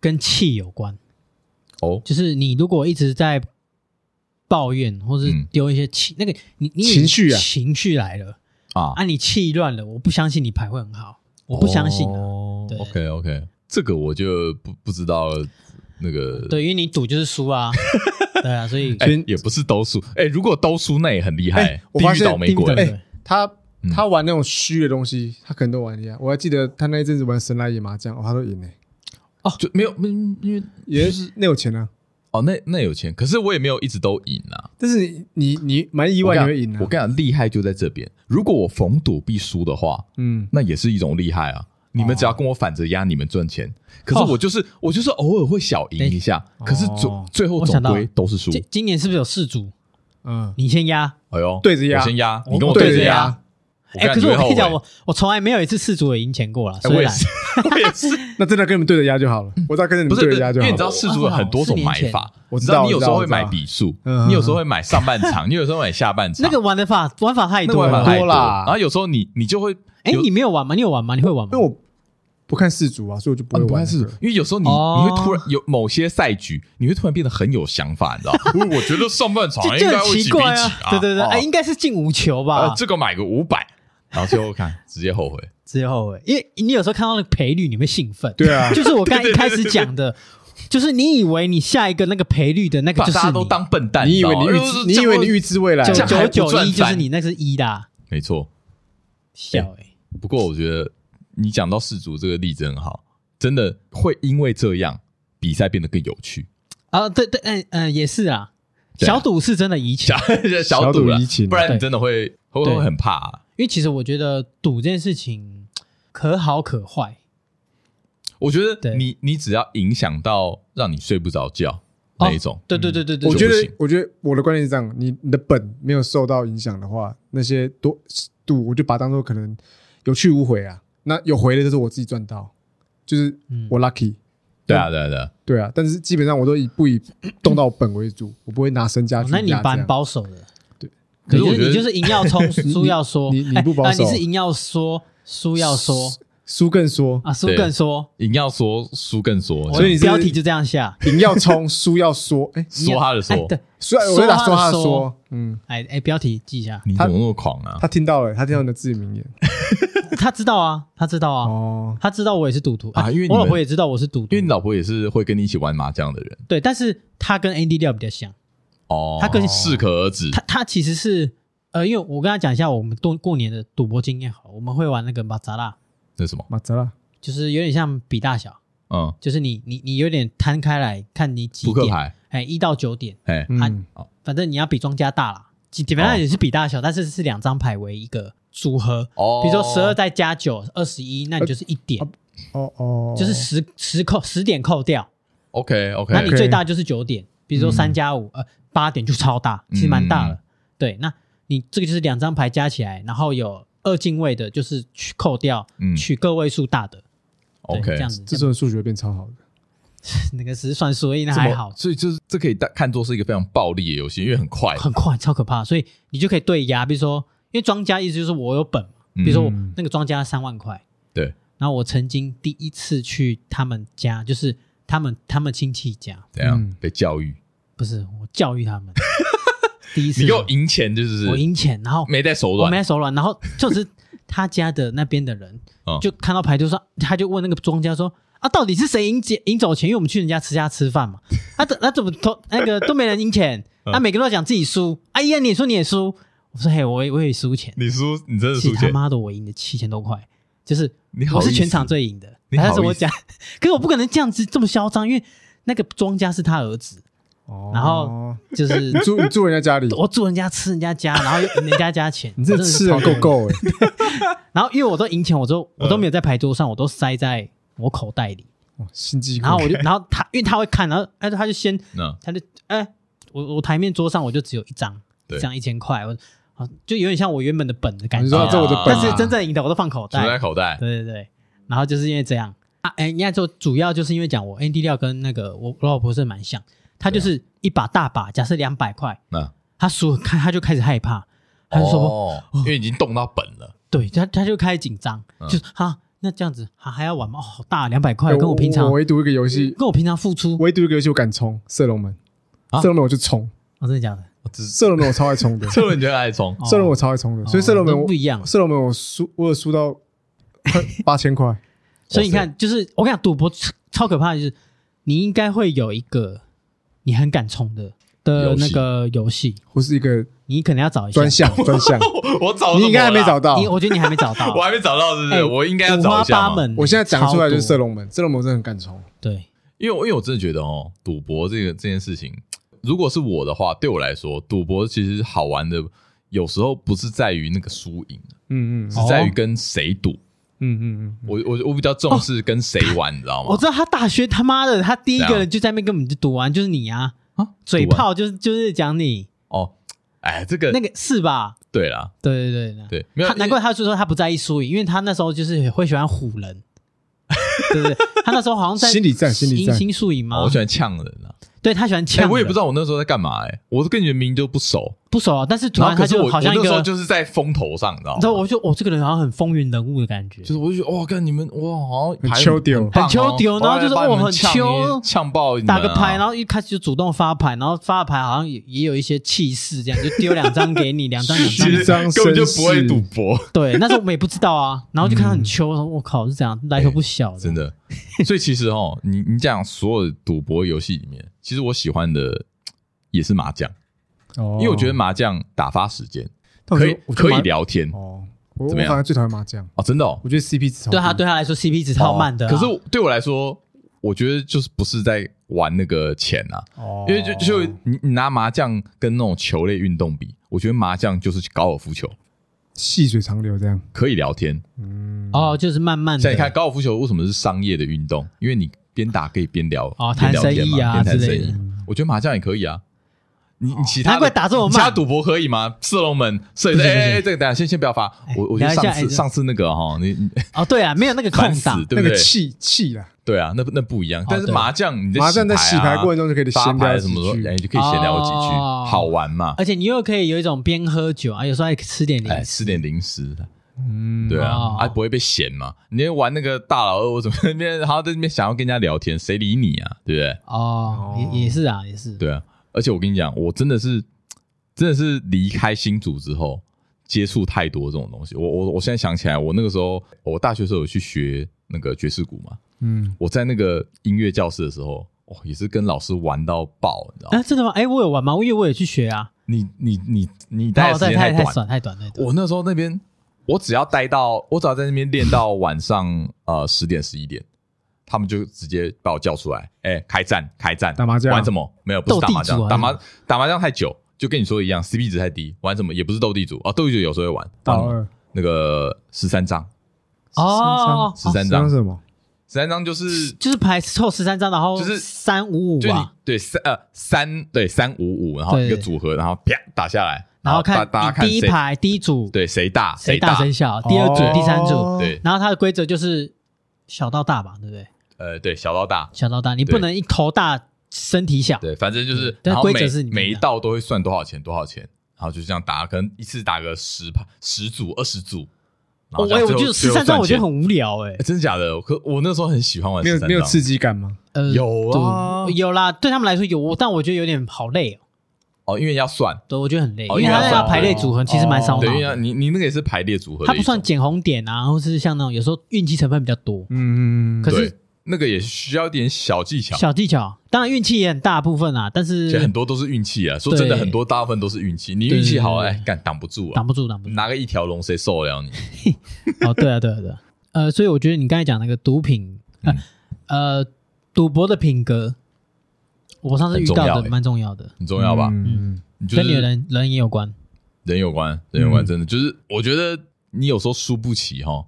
S2: 跟气有关，
S3: 哦，
S2: 就是你如果一直在抱怨或是
S3: 嗯
S2: 丢一些气，那个你你
S1: 情绪啊
S2: 情绪来了
S3: 啊，
S2: 啊，你气乱了，我不相信你牌会很好，我不相信啊。
S3: 哦
S2: 对
S3: OK OK，这个我就不不知道那个，
S2: 对，因为你赌就是输 啊，对啊，所以
S3: 哎，
S1: 先
S3: 也不是都输，哎，如果都输那也很厉害
S1: 哎，我
S3: 地
S1: 发
S3: 狱
S1: 现
S3: 倒霉鬼
S2: 地狱倒，霉
S1: 哎，他
S3: 嗯
S1: 他玩那种虚的东西，他可能都玩一下。我还记得他那一阵子玩神来也麻将，哦，他都赢嘞，
S3: 就没有，嗯因为
S1: 也是那有钱啊。
S3: 哦，那那有钱，可是我也没有一直都赢啊。
S1: 但是你你你蛮意外你会赢啊
S3: 我，跟你讲，厉害就在这边。如果我逢赌必输的话，
S1: 嗯，
S3: 那也是一种厉害啊。你们只要跟我反着压，你们赚钱。可是
S2: 哦哎
S3: 我就是我就是偶尔会小赢一下，可是总
S1: 哦
S3: 最后
S2: 我
S3: 总
S2: 想到
S3: 归都是输。
S2: 今今年是不是有四组？
S1: 嗯，
S2: 你先压，
S3: 哎呦，
S1: 对着压
S3: 我先压，
S2: 我
S3: 你跟我
S2: 我对
S3: 着
S2: 着压
S3: 压。
S2: 哎、
S3: 跟
S2: 可
S3: 你
S2: 是
S3: 会
S2: 我跟
S3: 后
S2: 你讲，
S3: 悔
S2: 我我从来没有一次四组有赢钱过啦。
S3: 哎
S2: 虽
S3: 我也
S2: 然
S3: 是，我也是，
S1: 那真的跟你们对着压就好了，我只要跟着你
S3: 嗯不
S1: 们
S3: 是不
S1: 对
S3: 是
S1: 着压就好
S3: 因为
S1: 了。
S3: 你知道四组有很多种买法，
S1: 我知
S2: 哦
S3: 你知
S1: 道
S3: 道你有时候
S1: 我
S3: 会
S1: 知道
S3: 买笔数
S1: 嗯，嗯
S3: 你有时候会买上半场，你有时候买下半场，
S2: 那个玩的法玩法太
S3: 那个
S2: 多
S3: 玩法
S2: 了。
S1: 太多
S3: 多
S1: 啦
S3: 然后有时候你你就会，
S2: 哎、
S3: 有
S2: 你没有玩吗？你有玩吗？你会玩吗？
S1: 因为我不看四组啊，所以我就不
S3: 啊
S1: 会
S3: 你不
S1: 玩
S3: 看
S1: 那
S3: 是
S1: 个。，
S3: 因为有时候你、
S2: 哦
S3: 你会突然有某些赛局，你会突然变得很有想法，你知道吗？ 我我觉得上半场
S2: 这
S3: 应
S2: 这
S3: 该
S2: 很
S3: 会几比
S2: 奇
S3: 几
S2: 怪啊！对对对，
S3: 哦
S2: 哎、应该是进无球吧？
S3: 呃这个买个五百，然后最后看直接后悔。
S2: 之后、哎，因为你有时候看到那个赔率，你会兴奋。
S1: 对啊
S2: 就是我刚才一开始讲的，就是你以为你下一个那个赔率的那个
S3: 把
S2: 就是
S3: 大家都
S2: 你
S3: 当笨蛋，
S1: 你以
S3: 知
S1: 为
S3: 道
S1: 你
S3: 吗
S1: 预
S3: 哎
S1: 知，
S3: 呦这
S1: 你以为
S3: 这
S1: 你预知未来
S2: 九
S3: 这样还
S2: 九
S3: 不
S2: 九一，
S3: 赚
S2: 就
S3: 翻
S2: 是你那是一啦。
S3: 没错？
S2: 笑哎、
S3: 不过我觉得你讲到世足这个例子很好，真的会因为这样比赛变得更有趣。
S2: 啊，对对，嗯、嗯、也是啊。
S3: 对啊
S2: 小赌是真的移 情
S3: 小，小赌
S1: 赌
S3: 了
S1: 怡，情
S3: 不然你
S2: 对
S3: 真的会会
S2: 对
S3: 会很怕啊。
S2: 因为其实我觉得赌这件事情可好可坏，
S3: 我觉得
S2: 对
S3: 你你只要影响到让你睡不着觉那一种，
S2: 哦对对对对对，
S1: 我
S2: 对
S1: 觉
S3: 就不
S1: 得
S3: 行，
S1: 我觉得我的观点是这样：你你的本没有受到影响的话，那些多赌我就把它当做可能有去无回啊。那有回的就是我自己赚到，就是
S2: 嗯
S1: 我 lucky，、
S3: 对啊对啊对啊，
S1: 对啊。但是基本上我都以不以动到本为主，我不会拿身家
S2: 哦
S1: 去、
S2: 那你
S1: 压这
S2: 蛮
S1: 样
S2: 保守的，
S1: 对
S3: 可是
S2: 对，
S3: 我
S2: 就
S3: 觉得
S2: 是你就是赢要 冲，输要说，
S1: 你你
S2: 哎
S1: 不保守
S2: 啊你是赢要说，输要说
S1: 输更说，
S2: 啊，输
S3: 对
S2: 更说，
S3: 赢要说输更说，
S1: 所以你是
S2: 标题就这样下，
S1: 赢要 冲，输要说，哎、
S2: 你
S3: 说他的
S2: 哎
S3: 说，
S2: 对，
S1: 虽然我在打
S2: 说
S1: 说
S2: 他
S1: 他
S2: 的
S1: 的
S2: 说
S1: 说，嗯，
S2: 哎哎，标题记一下，
S3: 你怎么那么狂啊？
S1: 他听到了，他听到你的至名言
S2: 他知道啊，他知道啊，
S1: 哦，
S2: 他知道我也是赌徒
S3: 啊
S2: 哎
S3: 因为你
S2: 我
S3: 们
S2: 老婆也知道我是赌徒
S3: 因为，你老婆也是会跟你一起玩麻将的人
S2: 对，但是他跟 Andy 料比较像，
S3: 哦，
S2: 他个性
S3: 适可而止
S2: 他他其实是呃，因为我跟他讲一下我们过过年的赌博经验好了，我们会玩那个马扎拉，
S3: 那什么，
S1: 马泽拉，
S2: 就是有点像比大小。
S3: 嗯，
S2: 就是你你你有点摊开来看你几
S3: 扑克
S2: 点，
S3: 牌，
S2: 哎，一到九点，
S3: 哎，
S1: 嗯，
S2: 反正你要比庄家大啦，基基本
S3: 哦
S2: 上也是比大小，但是是两张牌为一个组合，
S3: 哦，呃
S2: 比如说十二再加九二十一，那你就是一点，
S1: 哦哦，
S2: 就是十十扣十点扣掉，
S3: ，OK OK，
S2: 那你
S1: OK
S3: 嗯
S2: 最大就是九点，比如说三加五，呃，八点就超大，其实蛮大了。对，那你这个就是两张牌加起来，然后有二进位的，就是去扣掉，
S3: 嗯
S2: 取个位数大的。对
S3: OK，
S2: 这样子，
S1: 这
S2: 这
S1: 时候数学变超好的。
S2: 那个只是算数而已，那
S3: 这么
S2: 还好，
S3: 所以就是这可以当看作是一个非常暴力的游戏，因为很快，
S2: 很快，超可怕。所以你就可以对压，比如说，因为庄家意思就是我有本嘛，
S3: 嗯
S2: 比如说我那个庄家三万块，
S3: 对，
S2: 然后我曾经第一次去他们家，就是他们他们亲戚家，
S3: 怎样、
S1: 嗯
S3: 被教育？
S2: 不是我教育 他们，第一次
S3: 你给我赢钱就是
S2: 我赢钱，然后
S3: 没带手
S2: 我
S3: 软
S2: 没，在手软，然后就是他家的那边的人
S3: 嗯
S2: 就看到牌就说，他就问那个庄家说啊，到底是谁赢钱赢走钱？因为我们去人家吃家吃饭嘛，啊，怎那怎么都那个都没人赢钱，
S3: 嗯
S2: 啊，每个人都讲自己输，哎呀，你也说你也输，我说嘿，我也我也输钱，
S3: 你输，你真的
S2: 其实
S3: 输
S2: 他
S3: 钱，
S2: 妈的我赢了七千多块，就是
S3: 你好
S2: 我
S3: 意思
S2: 是全场最赢的，
S3: 你好
S2: 但是
S3: 意
S2: 我
S3: 思
S2: 讲，可是我不可能这样子这么嚣张，因为那个庄家是他儿子，
S1: 哦
S2: 然后就是
S1: 你住你住人家家里，
S2: 我住人家吃人家家，然后又赢人家家钱，
S1: 你这
S2: 我真的哦是
S1: 吃的
S2: 超
S1: 够够
S2: 多
S1: 哎。
S2: 然后因为我都赢钱，我都我都没有在牌桌上，我都塞在我口袋里。
S1: 哇心机鬼。
S2: 然后我就，然后他因为他会看，然后哎他就先
S3: 那
S2: 他就哎、我我台面桌上我就只有一张，
S3: 对
S2: 一张一千块，我啊就有点像我原本的本的感
S1: 你
S2: 觉。
S1: 说这我的
S3: 啊
S1: 本
S2: 但
S1: 啊，
S2: 是真正赢的我都放口
S3: 存在
S2: 袋。
S3: 口袋，
S2: 对对对，然后就是因为这样啊，哎，应该说主要就是因为讲我 Andy 料跟那个我我老婆是蛮像，他就是一把大把，假设两百块，
S3: 那
S2: 他输了，看他就开始害怕，他就说。
S3: 哦，因为已经动到本了，
S2: 对他，他就开始紧张，
S3: 嗯
S2: 就是哈，那这样子还还要玩吗？哦，好大，两百
S1: 哎
S2: 块，跟我平常嗯
S1: 我唯独一个游戏，
S2: 跟我平常付出，
S1: 唯独一个游戏我敢冲射龙门
S3: 啊，
S1: 射龙门我就冲，
S2: 哦，真的假的？
S3: 哦只是
S1: 射龙门我超爱冲的，
S3: 这轮你就爱冲，
S2: 哦
S1: 射龙门我超爱冲的，所以射龙
S2: 哦
S1: 门
S2: 都
S1: 我
S2: 不一样，
S1: 射龙门我输，我有输到 快八千块，
S2: 所以你看，就是我跟你讲，赌博超超可怕，的就是你应该会有一个你很敢冲的的
S3: 游戏
S2: 那个游戏，
S1: 或是一个
S2: 你可能要找一下
S1: 专。项专项，
S3: 我找什么啦，
S1: 你应该还没找，到。
S2: 你我觉得你还没找到
S3: 我还没找到，是不
S2: 哎
S3: 是？我应该要
S2: 五
S3: 找
S2: 花
S3: 一下
S2: 八
S3: 嘛啊
S2: 门，
S1: 我现在讲出来就是
S2: 超
S1: 射
S2: 多
S1: 龙门，射龙门我真的很敢冲，
S2: 对，
S3: 因为我因为我真的觉得哦，赌博这个这件事情，如果是我的话，对我来说，赌博其实好玩的，有时候不是在于那个输赢，
S1: 嗯嗯
S2: 哦
S3: 是在于跟谁赌。
S1: 嗯嗯嗯，
S3: 我我我比较重视跟谁玩，你知道吗？
S2: 我知道他大学他妈的，他第一
S3: 怎
S2: 个
S3: 样
S2: 就在那边跟我们就赌完就是你啊，
S3: 啊
S2: 嘴
S3: 赌完
S2: 炮就是就是讲你
S3: 哦，哎，这个
S2: 那个是吧？
S3: 对啦，
S2: 对对对，
S3: 对，没有
S2: 他难怪他就说他不在意输赢，因为他那时候就是会喜欢唬 人，对不对？他那时候好像在
S1: 心理战心理
S2: 赢
S1: 战
S2: 心输赢
S3: 哦
S2: 吗
S3: 我喜？欢呛人啊。
S2: 对他喜欢呛
S3: 哎，
S2: 人，
S3: 我也不知道我那时候在干嘛，哎，我跟你们明明就不熟，
S2: 不熟啊，但是突
S3: 然后
S2: 然
S3: 可
S2: 他
S3: 是我
S2: 就好像一
S3: 我那时候
S2: 个，
S3: 就是在风头上，你知道
S2: 你知道，
S3: 吗？
S2: 我就我哦这个人好像很风云人物的感觉，
S3: 就是我就觉得哇，看你们哇，好像
S1: 很
S3: 牌
S1: 秋丢
S3: 很棒哦
S2: 很秋丢然后就是
S3: 把你们
S2: 哇很
S3: 呛
S2: 秋
S3: 呛爆你们
S2: 打
S3: 啊
S2: 个牌，然后一开始就主动发牌，然后发牌好像也也有一些气势，这样就丢两张给你，两张两
S3: 其
S2: 张。
S3: 实根本就不会赌博，
S2: 对，那时候我们也不知道啊，然后就看他很秋，然后我靠是这样，来头不小的，
S3: 真的。所以其实哦，你你讲所有赌博游戏里面，其实我喜欢的也是麻将，
S1: 哦
S3: 因为我觉得麻将打发时间，
S1: 但我
S2: 哦
S3: 可
S1: 觉
S3: 以
S1: 得我觉得
S3: 可以
S1: 麻
S3: 聊天
S1: 哦，我我
S3: 怎么样
S1: 反而最讨厌麻将，
S3: 哦，真的哦。
S1: 我觉得 CP 值超低
S2: 对他对他来说 CP 值超慢的啊，
S3: 可是对我来说，我觉得就是不是在玩那个钱啊，
S1: 哦
S3: 因为就就你你拿麻将跟那种球类运动比，我觉得麻将就是高尔夫球，
S1: 细水长流这样，
S3: 可以聊天。
S1: 嗯，
S2: 哦就是慢慢的
S3: 像你看高尔夫球为什么是商业的运动？因为你边打可以边聊
S2: 哦谈
S3: 边聊
S2: 生
S3: 天嘛
S2: 意啊
S3: 边谈
S2: 之
S3: 生
S2: 类
S3: 意
S2: 的。哦
S3: 我觉得麻将也可以啊。你你其他
S2: 难
S3: 的
S2: 怪打这么
S3: 你其他
S2: 慢
S3: 赌博可以吗？射龙门，射一
S2: 不
S3: 射
S2: 行不
S3: 哎
S2: 行
S3: 哎，这个等下先先不要发。我我觉
S2: 聊
S3: 得
S2: 一下
S3: 上
S2: 哎
S3: 次
S2: 这
S3: 上次那个哈，你你
S2: 哦对啊，没有那个
S3: 烦
S2: 空
S3: 死
S2: 档，
S3: 对
S1: 那
S3: 不
S1: 个
S3: 对？
S1: 气气啦，
S3: 对啊，那不那不一样。但是
S2: 对
S3: 麻将你在
S1: 麻将在洗
S3: 洗
S1: 牌
S3: 牌啊
S1: 过程中就可以
S3: 发
S1: 闲聊
S3: 牌
S1: 几
S3: 什么的，
S1: 句
S3: 哎，你就可以闲聊几句
S2: 哦，
S3: 好玩嘛。
S2: 而且你又可以有一种边喝酒啊，有时候还吃点
S3: 哎，
S2: 零食。
S3: 吃点零食，
S1: 嗯，
S3: 对啊
S2: 哦，
S3: 啊不会被嫌嘛。你玩那个大老二，我怎么 那边好像在那边想要跟人家聊天，谁理你啊？对不对？
S2: 哦，也也是啊，也是。
S3: 对啊，而且我跟你讲，我真的是真的是离开新竹之后，接触太多这种东西。我我我现在想起来，我那个时候我大学时候有去学那个爵士鼓嘛，
S1: 嗯，
S3: 我在那个音乐教室的时候，哦，也是跟老师玩到爆，你知道吗？
S2: 啊，真的吗？哎，我有玩吗？因为我也去学啊。
S3: 你你你你待
S2: 哦，
S3: 的时
S2: 太
S3: 间
S2: 太
S3: 短，
S2: 短，太短，太短。
S3: 我那时候那边。我只要待到，我只要在那边练到晚上呃十点十一点，他们就直接把我叫出来，哎、开战开战，
S1: 打麻将
S3: 玩什么？没有，不是
S2: 斗
S3: 打
S2: 地
S3: 麻
S2: 主
S3: 将，
S2: 啊
S3: 打麻打麻将太久，就跟你说的一样，CP 值太低，玩什么也不是斗地主啊，斗地主有时候会玩，
S1: 大
S3: 玩
S1: 二
S3: 那个十三张，
S2: 哦，
S3: 十三
S1: 这
S3: 张
S1: 样，是什么？
S3: 十三张就是
S2: 就是排凑十三张，然后
S3: 就是
S2: 三五五
S3: 就你
S2: 啊，
S3: 对三呃三对三五五，然后一个
S2: 对
S3: 组合，然后啪打下来，
S2: 然后
S3: 大
S2: 看
S3: 大家看
S2: 你第一
S3: 谁
S2: 排第一组
S3: 对谁大
S2: 谁
S3: 大
S2: 大谁小，第二组
S1: 哦
S2: 第三组，
S3: 对
S2: 然后它的规则就是小到大嘛，对不对？
S3: 呃对小到大
S2: 小到大，你
S3: 对
S2: 不能一头大身体小，
S3: 对，反正就是
S2: 但
S3: 然后
S2: 规
S3: 每
S2: 则是你定的
S3: 每一道都会算多少钱多少钱，然后就这样打，可能一次打个十盘十组二十组，
S2: 我
S3: 然后这
S2: 我
S3: 样
S2: 哦我
S3: 最后
S2: 觉得十三
S3: 最
S2: 张
S3: 后
S2: 我觉得
S3: 赚钱
S2: 很无聊哎
S3: 欸，真的假的？可我那时候很喜欢玩
S1: 没
S3: 十
S1: 有
S3: 三
S1: 没有
S3: 张
S1: 刺激感吗？
S2: 呃，
S3: 有啊
S2: 对有啦，对他们来说有，但我觉得有点好累哦，
S3: 哦，因为要算，
S2: 对，我觉得很累，因
S3: 哦
S2: 为
S3: 因为
S2: 它
S3: 要
S2: 是要
S3: 算
S2: 排列组合，其实蛮烧脑
S3: 哦对，因为
S2: 哦的
S3: 要。你你那个也是排列组合的
S2: 它
S3: 一种，
S2: 不算捡红点啊，或是像那种有时候运气成分比较多，
S1: 嗯，
S2: 可是
S3: 对那个也需要点小技巧，
S2: 小技巧，当然运气也很大部分啊，但
S3: 其实
S2: 是
S3: 很多都是运气啊。说真的，
S2: 对
S3: 很多大部分都是运气，你运气好，
S2: 对对对
S3: 哎，干挡不住啊
S2: 挡，不住，挡不住。
S3: 拿个一条龙谁受得了你？
S2: 哦，对啊，对啊，对啊。呃，所以我觉得你刚才讲那个毒品，
S3: 嗯
S2: 呃，呃赌博的品格，我上次遇到
S3: 很重要
S2: 的
S3: 欸
S2: 蛮重要的，
S3: 很重要吧？
S1: 嗯，
S3: 你就
S2: 跟你的
S3: 是
S2: 人人也有关。
S3: 人有关，人有
S1: 嗯
S3: 关，真的就是我觉得你有时候输不起哈，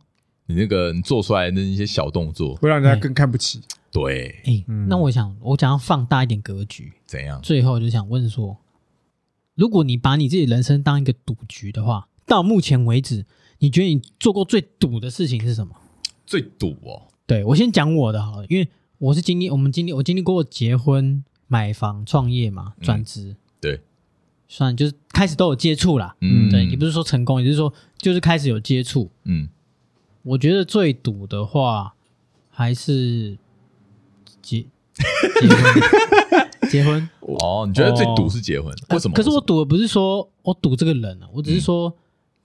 S3: 你那个你做出来的一些小动作，
S1: 会让人家更看不
S2: 嗯
S1: 起。
S3: 对，
S2: 哎，
S1: 嗯
S2: 那我想，我想要放大一点格局，
S3: 怎样？
S2: 最后就想问说，如果你把你自己人生当一个赌局的话，到目前为止，你觉得你做过最赌的事情是什么？
S3: 最赌哦，
S2: 对我先讲我的好了，因为我是经历我们经历我经历过结婚、买房、创业嘛，
S3: 嗯
S2: 转职、
S3: 对，
S2: 算就是开始都有接触啦。
S3: 嗯，
S2: 对，也不是说成功，也就是说就是开始有接触。
S3: 嗯，
S2: 我觉得最赌的话还是结结 婚，结婚。
S3: 哦，你觉得最
S2: 哦
S3: 赌是结婚？为什么？
S2: 可是
S3: 为
S2: 我
S3: 什么
S2: 赌的不是说我赌这个人啊，我只是说、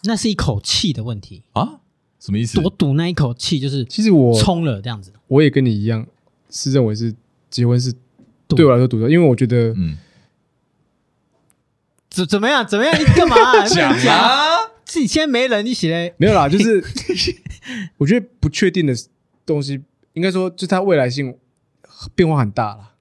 S2: 那是一口气的问题。
S3: 啊，什么意思？
S2: 我赌那一口气就是
S1: 其实我
S2: 冲了这样子。
S1: 我也跟你一样，是认为是结婚是
S2: 赌
S1: 对我来说赌的，因为我觉得
S3: 嗯，
S2: 怎怎么样？怎么样？你干 嘛、不能
S3: 讲
S2: 讲
S3: 啊，
S2: 自己先没人一起嘞。
S1: 没有 啦，就是我觉得不确定的东西，应该说就是它未来性变化很大啦。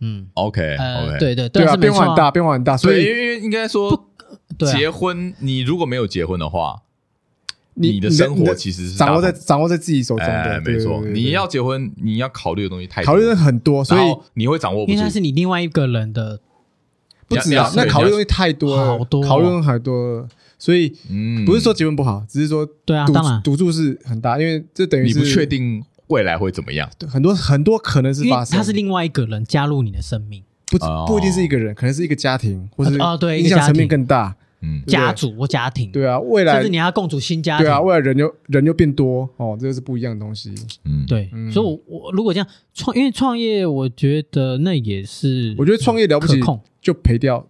S2: 嗯，
S3: OK
S2: 呃，
S3: OK，
S2: 对对
S1: 对
S2: 啊，
S1: 啊，
S2: 是没
S1: 变
S2: 错
S1: 化
S2: 啊
S1: 很大，变化很大，所
S3: 对，因
S1: 以
S3: 为因为应该说
S2: 对啊
S3: 结婚，你如果没有结婚的话，你
S1: 你
S3: 的生
S1: 你
S3: 活其实是
S1: 掌握在
S3: 大部
S1: 掌握在自己手中
S3: 分哎
S1: 哦的，对
S3: 没错。
S1: 对对对
S3: 你要结婚，你要考虑的东西太多
S1: 考虑的很多，所
S3: 然
S1: 以
S3: 后你会掌握不
S2: 因为
S3: 住
S2: 它。是你另外一个人的，
S1: 不止啊，
S3: 你要
S1: 那考虑的东西太多了，
S2: 好多哦
S1: 考虑的东西太多了，所以
S3: 嗯，
S1: 不是说结婚不好，只是说
S2: 对啊，
S1: 赌
S2: 当然，
S1: 赌注是很大，因为这等于
S3: 你
S1: 是
S3: 不确定未来会怎么样，
S1: 对很多很多可能是
S2: 因为
S1: 发生，
S2: 他是另外一个人加入你的生命
S1: 不止
S3: 哦
S1: 不一定是一个人，可能是一个家庭，或是
S2: 啊对一个
S1: 影响
S2: 家
S1: 层面
S2: 庭
S1: 更大，对
S3: 嗯
S1: 不对
S2: 家族或家庭，
S1: 对啊，未
S2: 甚
S1: 来
S2: 至你还要共组新家庭
S1: 对，啊，未来人又人又变多哦，这个是不一样的东西。
S3: 嗯，
S2: 对，
S1: 嗯
S2: 所以我我如果这样创，因为创业，我觉得那也是，
S1: 我觉得创业了不起
S2: 可控，
S1: 就赔掉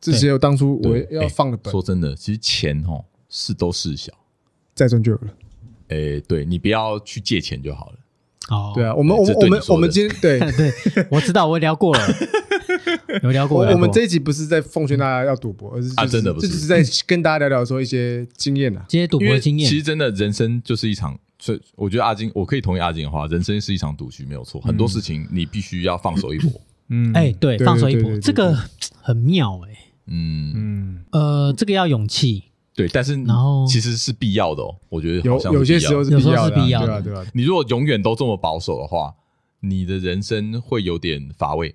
S1: 这些当初我
S3: 对
S1: 要
S3: 哎
S1: 放的本
S3: 说，真的，其实钱哦是都是小，
S1: 再赚就有了。
S3: 诶，对你不要去借钱就好了。
S2: 哦，
S1: 对啊，我们我
S3: 哎这
S1: 们
S3: 对
S1: 我
S3: 你
S1: 们
S3: 说
S1: 我
S3: 的
S1: 们今天对
S2: 对，我知道，我 聊过了，有聊过，
S1: 我
S2: 有聊过
S1: 我们这一集不是在奉劝大家要赌博，而是
S3: 啊
S1: 就是
S3: 真的不是
S1: 这只是在跟大家聊聊说一些经验啊。
S2: 这些赌
S3: 因
S2: 博
S3: 为
S2: 的经验
S3: 其，实真的人生就是一场，所以我觉得阿金，我可以同意阿金的话，人生是一场赌局，没有错。很多事情你必须要放手一 搏。
S1: 嗯
S2: 哎，对，放手一搏，这，
S1: 对对对
S2: 个
S1: 对
S2: 很妙哎，
S3: 嗯，
S1: 嗯，
S2: 呃，这个要勇气，
S3: 对，但是
S2: 然后
S3: 其实是必要的哦。我觉得好
S1: 有
S3: 像是
S1: 有些
S3: 必要
S1: 时候是
S2: 有
S1: 必
S2: 时候
S1: 要
S2: 是
S1: 的啊，
S2: 必要
S1: 对啊
S2: 的
S1: 对啊，
S3: 你如果永远都这么保守的话，你的人生会有点乏味。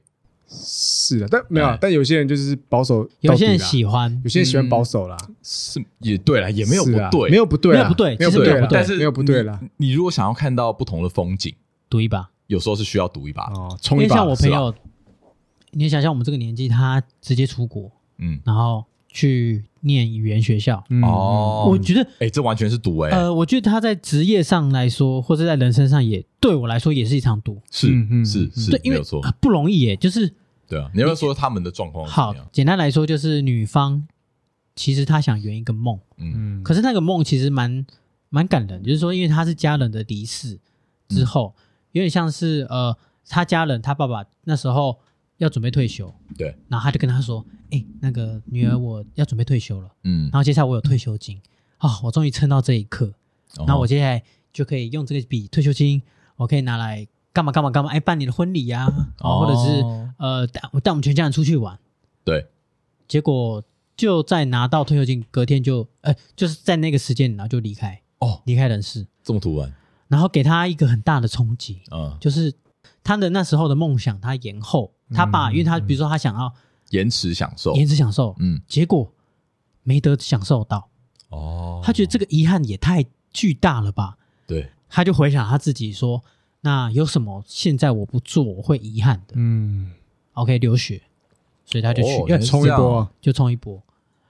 S1: 是的，但没有啊
S3: 哎，
S1: 但有些人就是保守到底啦，
S2: 有些人喜欢
S1: 有，些人喜欢保守啦，
S3: 是也对了，嗯也没有
S1: 是
S3: 不
S1: 啊
S3: 对，
S1: 没有不对啊，
S2: 没有不对
S1: 没有
S2: 其
S1: 不对
S2: 实没有
S1: 啦
S2: 不，对
S3: 但是
S1: 没有不对啦。
S3: 你。你如果想要看到不同的风景，
S2: 赌一把，
S3: 有时候是需要赌一把。
S1: 哦，
S2: 因
S1: 冲一
S2: 为
S1: 把，
S2: 像我朋
S3: 是吧
S2: 友，你想象我们这个年纪，他直接出国，
S3: 嗯，
S2: 然后去念语言学校，
S1: 嗯
S3: 哦，
S2: 我觉得。
S3: 哎，这完全是赌哎，
S2: 呃，我觉得他在职业上来说，或者在人生上也对我来说也是一场赌，
S3: 是
S1: 嗯嗯
S3: 是
S1: 嗯
S3: 是
S2: 对，，因为
S3: 没有错
S2: 啊，不容易耶。就是
S3: 对啊。你要不要啊说他们的状况是
S2: 好
S3: 怎样？，
S2: 简单来说，就是女方其实她想圆一个梦，
S3: 嗯
S1: 嗯，
S2: 可是那个梦其实蛮蛮感人，就是说，因为她是家人的离世之后，
S3: 嗯
S2: 有点像是呃，她家人她爸爸那时候要准备退休，
S3: 对，
S2: 然后他就跟她说：“哎、那个女儿，我要准备退休了，
S3: 嗯
S2: 然，后接下来我有退休金啊、我终于撑到这一刻。”
S3: 然
S1: 哦
S2: 那我接下来就可以用这个笔退休金，我可以拿来干嘛干嘛干嘛，哎，办你的婚礼呀、啊，或者是
S1: 哦
S2: 呃带我带我们全家人出去玩。
S3: 对，
S2: 结果就在拿到退休金隔天就，呃，就是在那个时间，然后就离开
S3: 哦，
S2: 离开人世，
S3: 这么突然，
S2: 然后给他一个很大的冲击，
S3: 嗯，
S2: 就是他的那时候的梦想，他延后，他爸，
S1: 嗯
S2: 因为他
S1: 嗯
S2: 比如说他想要
S3: 延迟享受，
S2: 延迟享受，
S3: 嗯
S2: 结果没得享受到，
S3: 哦，
S2: 他觉得这个遗憾也太巨大了吧？
S3: 对，哎
S2: 他就回想他自己说，那有什么现在我不做我会遗憾的
S1: 嗯，
S2: ？OK，留学，所以他就去，
S3: 哦
S2: 因为
S3: 原来是
S1: 冲一波啊，
S2: 就冲一波，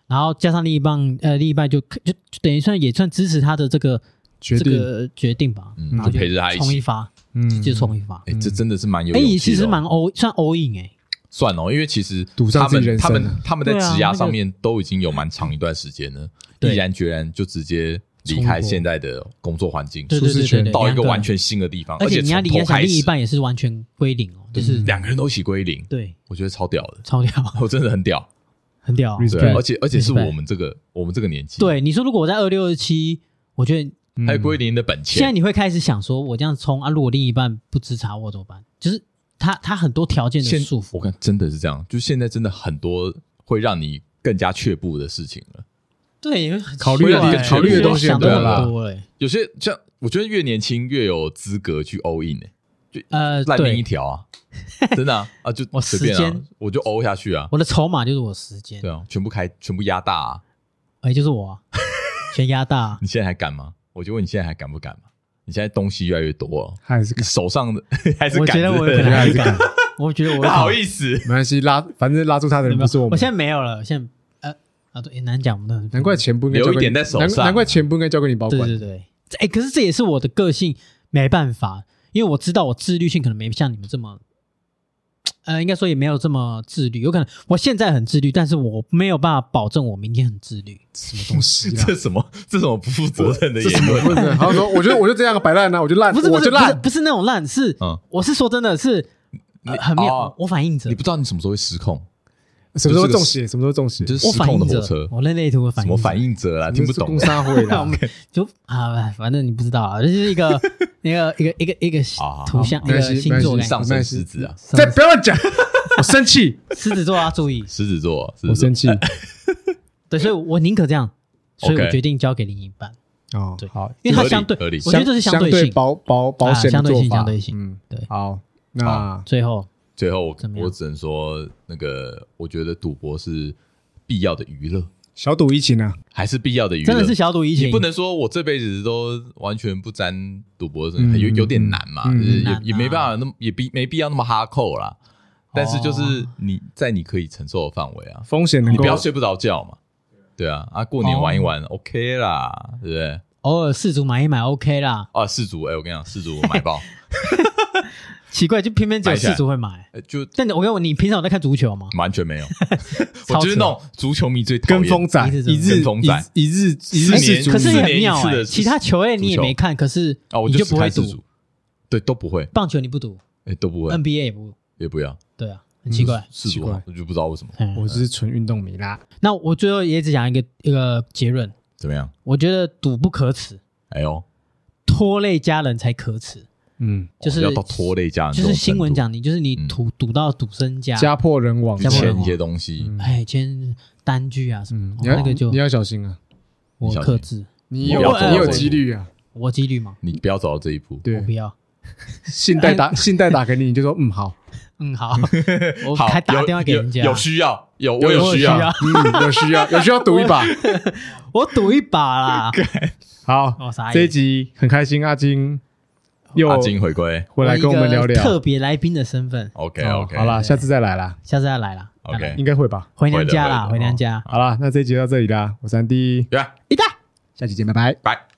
S2: 然后加上另一半，呃，另一半就就就等于算也算支持他的这个
S1: 决
S2: 这
S1: 定，
S2: 个决定吧，
S3: 嗯
S2: 然后
S3: 就陪着他一起
S2: 冲一发，
S1: 嗯，
S2: 就冲一发。
S3: 哎，这真的是蛮有
S2: 哎、
S3: 勇气的
S2: 你
S3: 哦。
S2: 其实蛮 all 算 all in 哎、
S3: 算哦，因为其实
S1: 赌上
S3: 他
S1: 自己
S3: 们
S1: 人
S3: 他
S1: 生
S3: 们
S1: 啊
S3: 他们在
S2: 对啊
S3: 职
S2: 那
S3: 涯
S2: 个
S3: 上面都已经有蛮长一段时间了，
S2: 对
S3: 毅然决然就直接离开现在的工作环境，
S2: 对
S1: 舒
S2: 对
S1: 适
S2: 对对
S1: 圈
S2: 对，
S3: 到一
S2: 两
S3: 个
S2: 人
S3: 完，全新的地方，
S2: 而
S3: 且
S2: 你要
S3: 从
S2: 你要
S3: 头
S2: 想
S3: 开
S2: 另一
S3: 始，
S2: 半也是完全归零哦，就是
S1: 嗯
S3: 两个人都一起归零，
S2: 对，
S3: 我觉得超屌的，
S2: 超屌，
S3: 我真的很屌，
S2: 很屌。
S1: Respect
S3: 对，
S1: 对
S3: 而且而且是
S2: respect
S3: 我们这个我们这个年纪，，
S2: 对，你说如果我在二六二七，我觉得
S1: 嗯
S3: 还有归零的本
S2: 现在
S3: 钱，
S2: 你会开始想说，我这样冲啊，如果另一半不支持我怎么办？就是他他很多条件的
S3: 现
S2: 束缚，
S3: 我看真的是这样，就现在真的很多会让你更加却步的事情了，
S2: 对，因为很
S1: 考虑的
S2: 奇怪
S3: 地
S2: 欸
S3: 考虑的
S2: 我
S3: 东西
S2: 想
S3: 很多
S2: 的
S3: 啦
S2: 很多欸嘞，
S3: 有些像我觉得越年轻越有资格去 all in 欸
S2: 呃，
S3: 烂命一
S2: 对，
S3: 条 啊，真的啊，啊就
S2: 我
S3: 随便
S2: 时
S3: 啊
S2: 间，
S3: 我就欧下去啊，
S2: 我的筹码就是我时间
S3: 对，啊，全部开，全部压大啊，
S2: 哎，就是我 啊全压大啊，
S3: 你现在还敢吗？我就问你现在还敢不敢嘛？你现在东西越来越多了，
S1: 还是
S3: 你手上的 还是
S2: 我
S3: 敢
S2: 觉得
S3: 是不
S2: 我
S3: 是
S2: 有可能
S1: 还
S2: 还
S1: 是
S2: 敢，我觉得我
S3: 不好
S2: 思，
S3: 意思，
S1: 没关系，拉反正拉住他的人不是我们。
S2: 现在没有了，现在呃啊，对，难讲，我们
S1: 难怪钱不应该
S3: 留
S1: 交
S3: 一
S1: 给
S3: 点
S1: 你
S3: 在手
S1: 难
S3: 上
S1: 难怪钱不应该交给你保
S2: 对
S1: 管。
S2: 对对，这哎、可是这也是我的个性，没办法，因为我知道我自律性可能没像你们这么，呃，应该说也没有这么自律，有可能我现在很自律，但是我没有办法保证我明天很自律。
S1: 什么东西啦？
S3: 这什么这什么不负责任 的
S1: 这什
S3: 言
S1: 么
S3: 论？
S1: 不是？他说，我就我就这样摆烂啊，我就烂，
S2: 不是
S1: 我就
S2: 不
S1: 是
S2: 不是
S1: 烂。
S2: 不是那种烂，是、
S3: 嗯
S2: 我是说真的是、呃很妙、
S3: 哦
S2: 我反应着
S3: 你，不知道你什么时候会失控，
S1: 什么时候中邪？什么时候中邪
S3: 你？就是
S2: 我
S3: 失
S2: 反
S3: 控
S2: 应
S3: 的
S2: 着
S3: 火车，，
S2: 我人类图会反应
S3: 什么
S2: 着
S3: 反应者啊？听不懂
S1: 工，商会啦
S2: 我。 们就啊，反正你不知道啊，这就是一个那个一个一个一个
S3: 好好
S2: 图像，一
S1: 没
S2: 个
S1: 关系
S2: 星座
S1: 没关系
S2: 感觉。
S3: 上升狮子啊，
S1: 再不要乱讲， 我生气，
S2: 狮子座要啊注意，
S3: 狮子座，狮
S1: 我
S3: 子座
S1: 生气。
S2: 对，所以我宁可这样，所以
S3: OK
S2: 我决定交给另一半，
S1: 哦
S2: 对，
S1: 好，
S2: 因为它
S3: 合理
S2: 相对，
S3: 合理
S2: 我觉得这是
S1: 相
S2: 对
S1: 对
S2: 性。啊
S1: 保保保险的
S2: 相对
S1: 做
S2: 性
S1: 法。
S2: 相对性
S1: 嗯，
S2: 对
S1: 好，那
S2: 最后，
S3: 最后我
S2: 怎么样
S3: 我只能说，那个我觉得赌博是必要的娱乐，
S1: 小赌怡情啊，
S3: 还是必要的娱乐，
S2: 真的是小赌怡
S3: 你
S2: 情，
S3: 不能说我这辈子都完全不沾赌博，
S1: 嗯
S3: 有有点难嘛，
S1: 嗯
S3: 就是
S2: 很难
S3: 也
S2: 啊哦
S3: 也没办法那么也必没必要那么哈扣啦。但是就是你在你可以承受的范围啊，
S1: 风险能
S3: 你
S1: 够
S3: 不要睡不着觉嘛。对啊，啊，过年玩一
S2: 哦
S3: 玩，OK 啦，对不对？
S2: 偶尔四足买一买 OK 啦。
S3: 啊，四组，哎，我跟你讲，四组我买爆，
S2: 奇怪，就偏偏只有
S3: 买起来
S2: 四足会买。
S3: 呃就
S2: 但我跟我，你平常有在看足球吗？
S3: 完 全没有。
S2: 扯
S3: 我就是那种足球迷最讨厌
S1: 跟风仔
S2: 一日
S1: 一日
S3: 跟风仔
S1: 一日一日
S3: 四
S2: 哎
S3: 年
S1: 是
S2: 可是也
S3: 四
S2: 很
S3: 年一
S2: 妙
S3: 次
S2: 哎，
S3: 的
S2: 其他球类你也
S3: 足球
S2: 没看，可是
S3: 啊，我
S2: 你
S3: 就
S2: 不会
S3: 四
S2: 赌
S3: 组，，对，都不会，
S2: 棒球你不赌
S3: 哎，都不会，嗯
S2: ，NBA 也不，
S3: 也不要
S2: 对啊，很奇怪。
S3: 四
S1: 奇
S3: 组
S1: 怪，
S3: 我就不知道为什么，
S2: 嗯
S1: 我就是纯运动迷啦。
S2: 那我最后也只讲一个一个结论，
S3: 怎么样？
S2: 我觉得赌不可耻，
S3: 哎呦，
S2: 拖累家人才可耻。
S1: 嗯，
S2: 就是
S3: 哦要到拖累家人这
S2: 就
S3: 种程度，
S2: 是新闻讲你，就是你
S3: 嗯
S2: 赌赌到赌身家，
S1: 家破人亡，
S2: 啊家破人
S3: 签
S2: 亡
S3: 一些东西，
S1: 嗯
S2: 哎，签单据啊什么
S1: 嗯，
S2: 的，
S1: 你
S2: 哦
S1: 要
S2: 那个就
S1: 你要小心啊，
S2: 我克制，
S1: 你有
S3: 我要走
S1: 你有
S3: 到这一
S1: 几
S3: 步
S1: 率啊。
S2: 我几率嘛，
S3: 你不要走到这一步。
S2: 我
S1: 对
S2: 不，要。
S1: 信
S2: 哎
S1: 贷 打信贷打给你，你就说嗯好，
S2: 嗯，好，我还打电话给人家
S3: 有有，有需要，有 我
S2: 我
S3: 有
S2: 有
S3: 需
S2: 需
S3: 要
S2: 要，
S1: 嗯有需 要有需要赌一把。
S2: 我赌一把 啦。
S1: 好
S2: 哦，傻眼
S1: 这一集很开心，阿金又
S3: 阿金回归。
S1: 回来跟我们聊
S2: 一个
S1: 聊。
S2: 特别来宾的身份，
S3: OK
S1: 哦
S3: OK，
S1: 好啦，下次再来啦，
S2: 下次再来啦。
S3: ，OK，
S2: 嗯
S1: 应该会吧。
S2: 回娘家
S3: 会的会
S2: 啦，
S3: 的
S2: 回娘家，
S1: 好啦，那这一集到这里啦，我三 D，
S3: 对啊，
S2: 一代。
S1: 下期见，拜拜。
S2: 嗯
S3: 拜。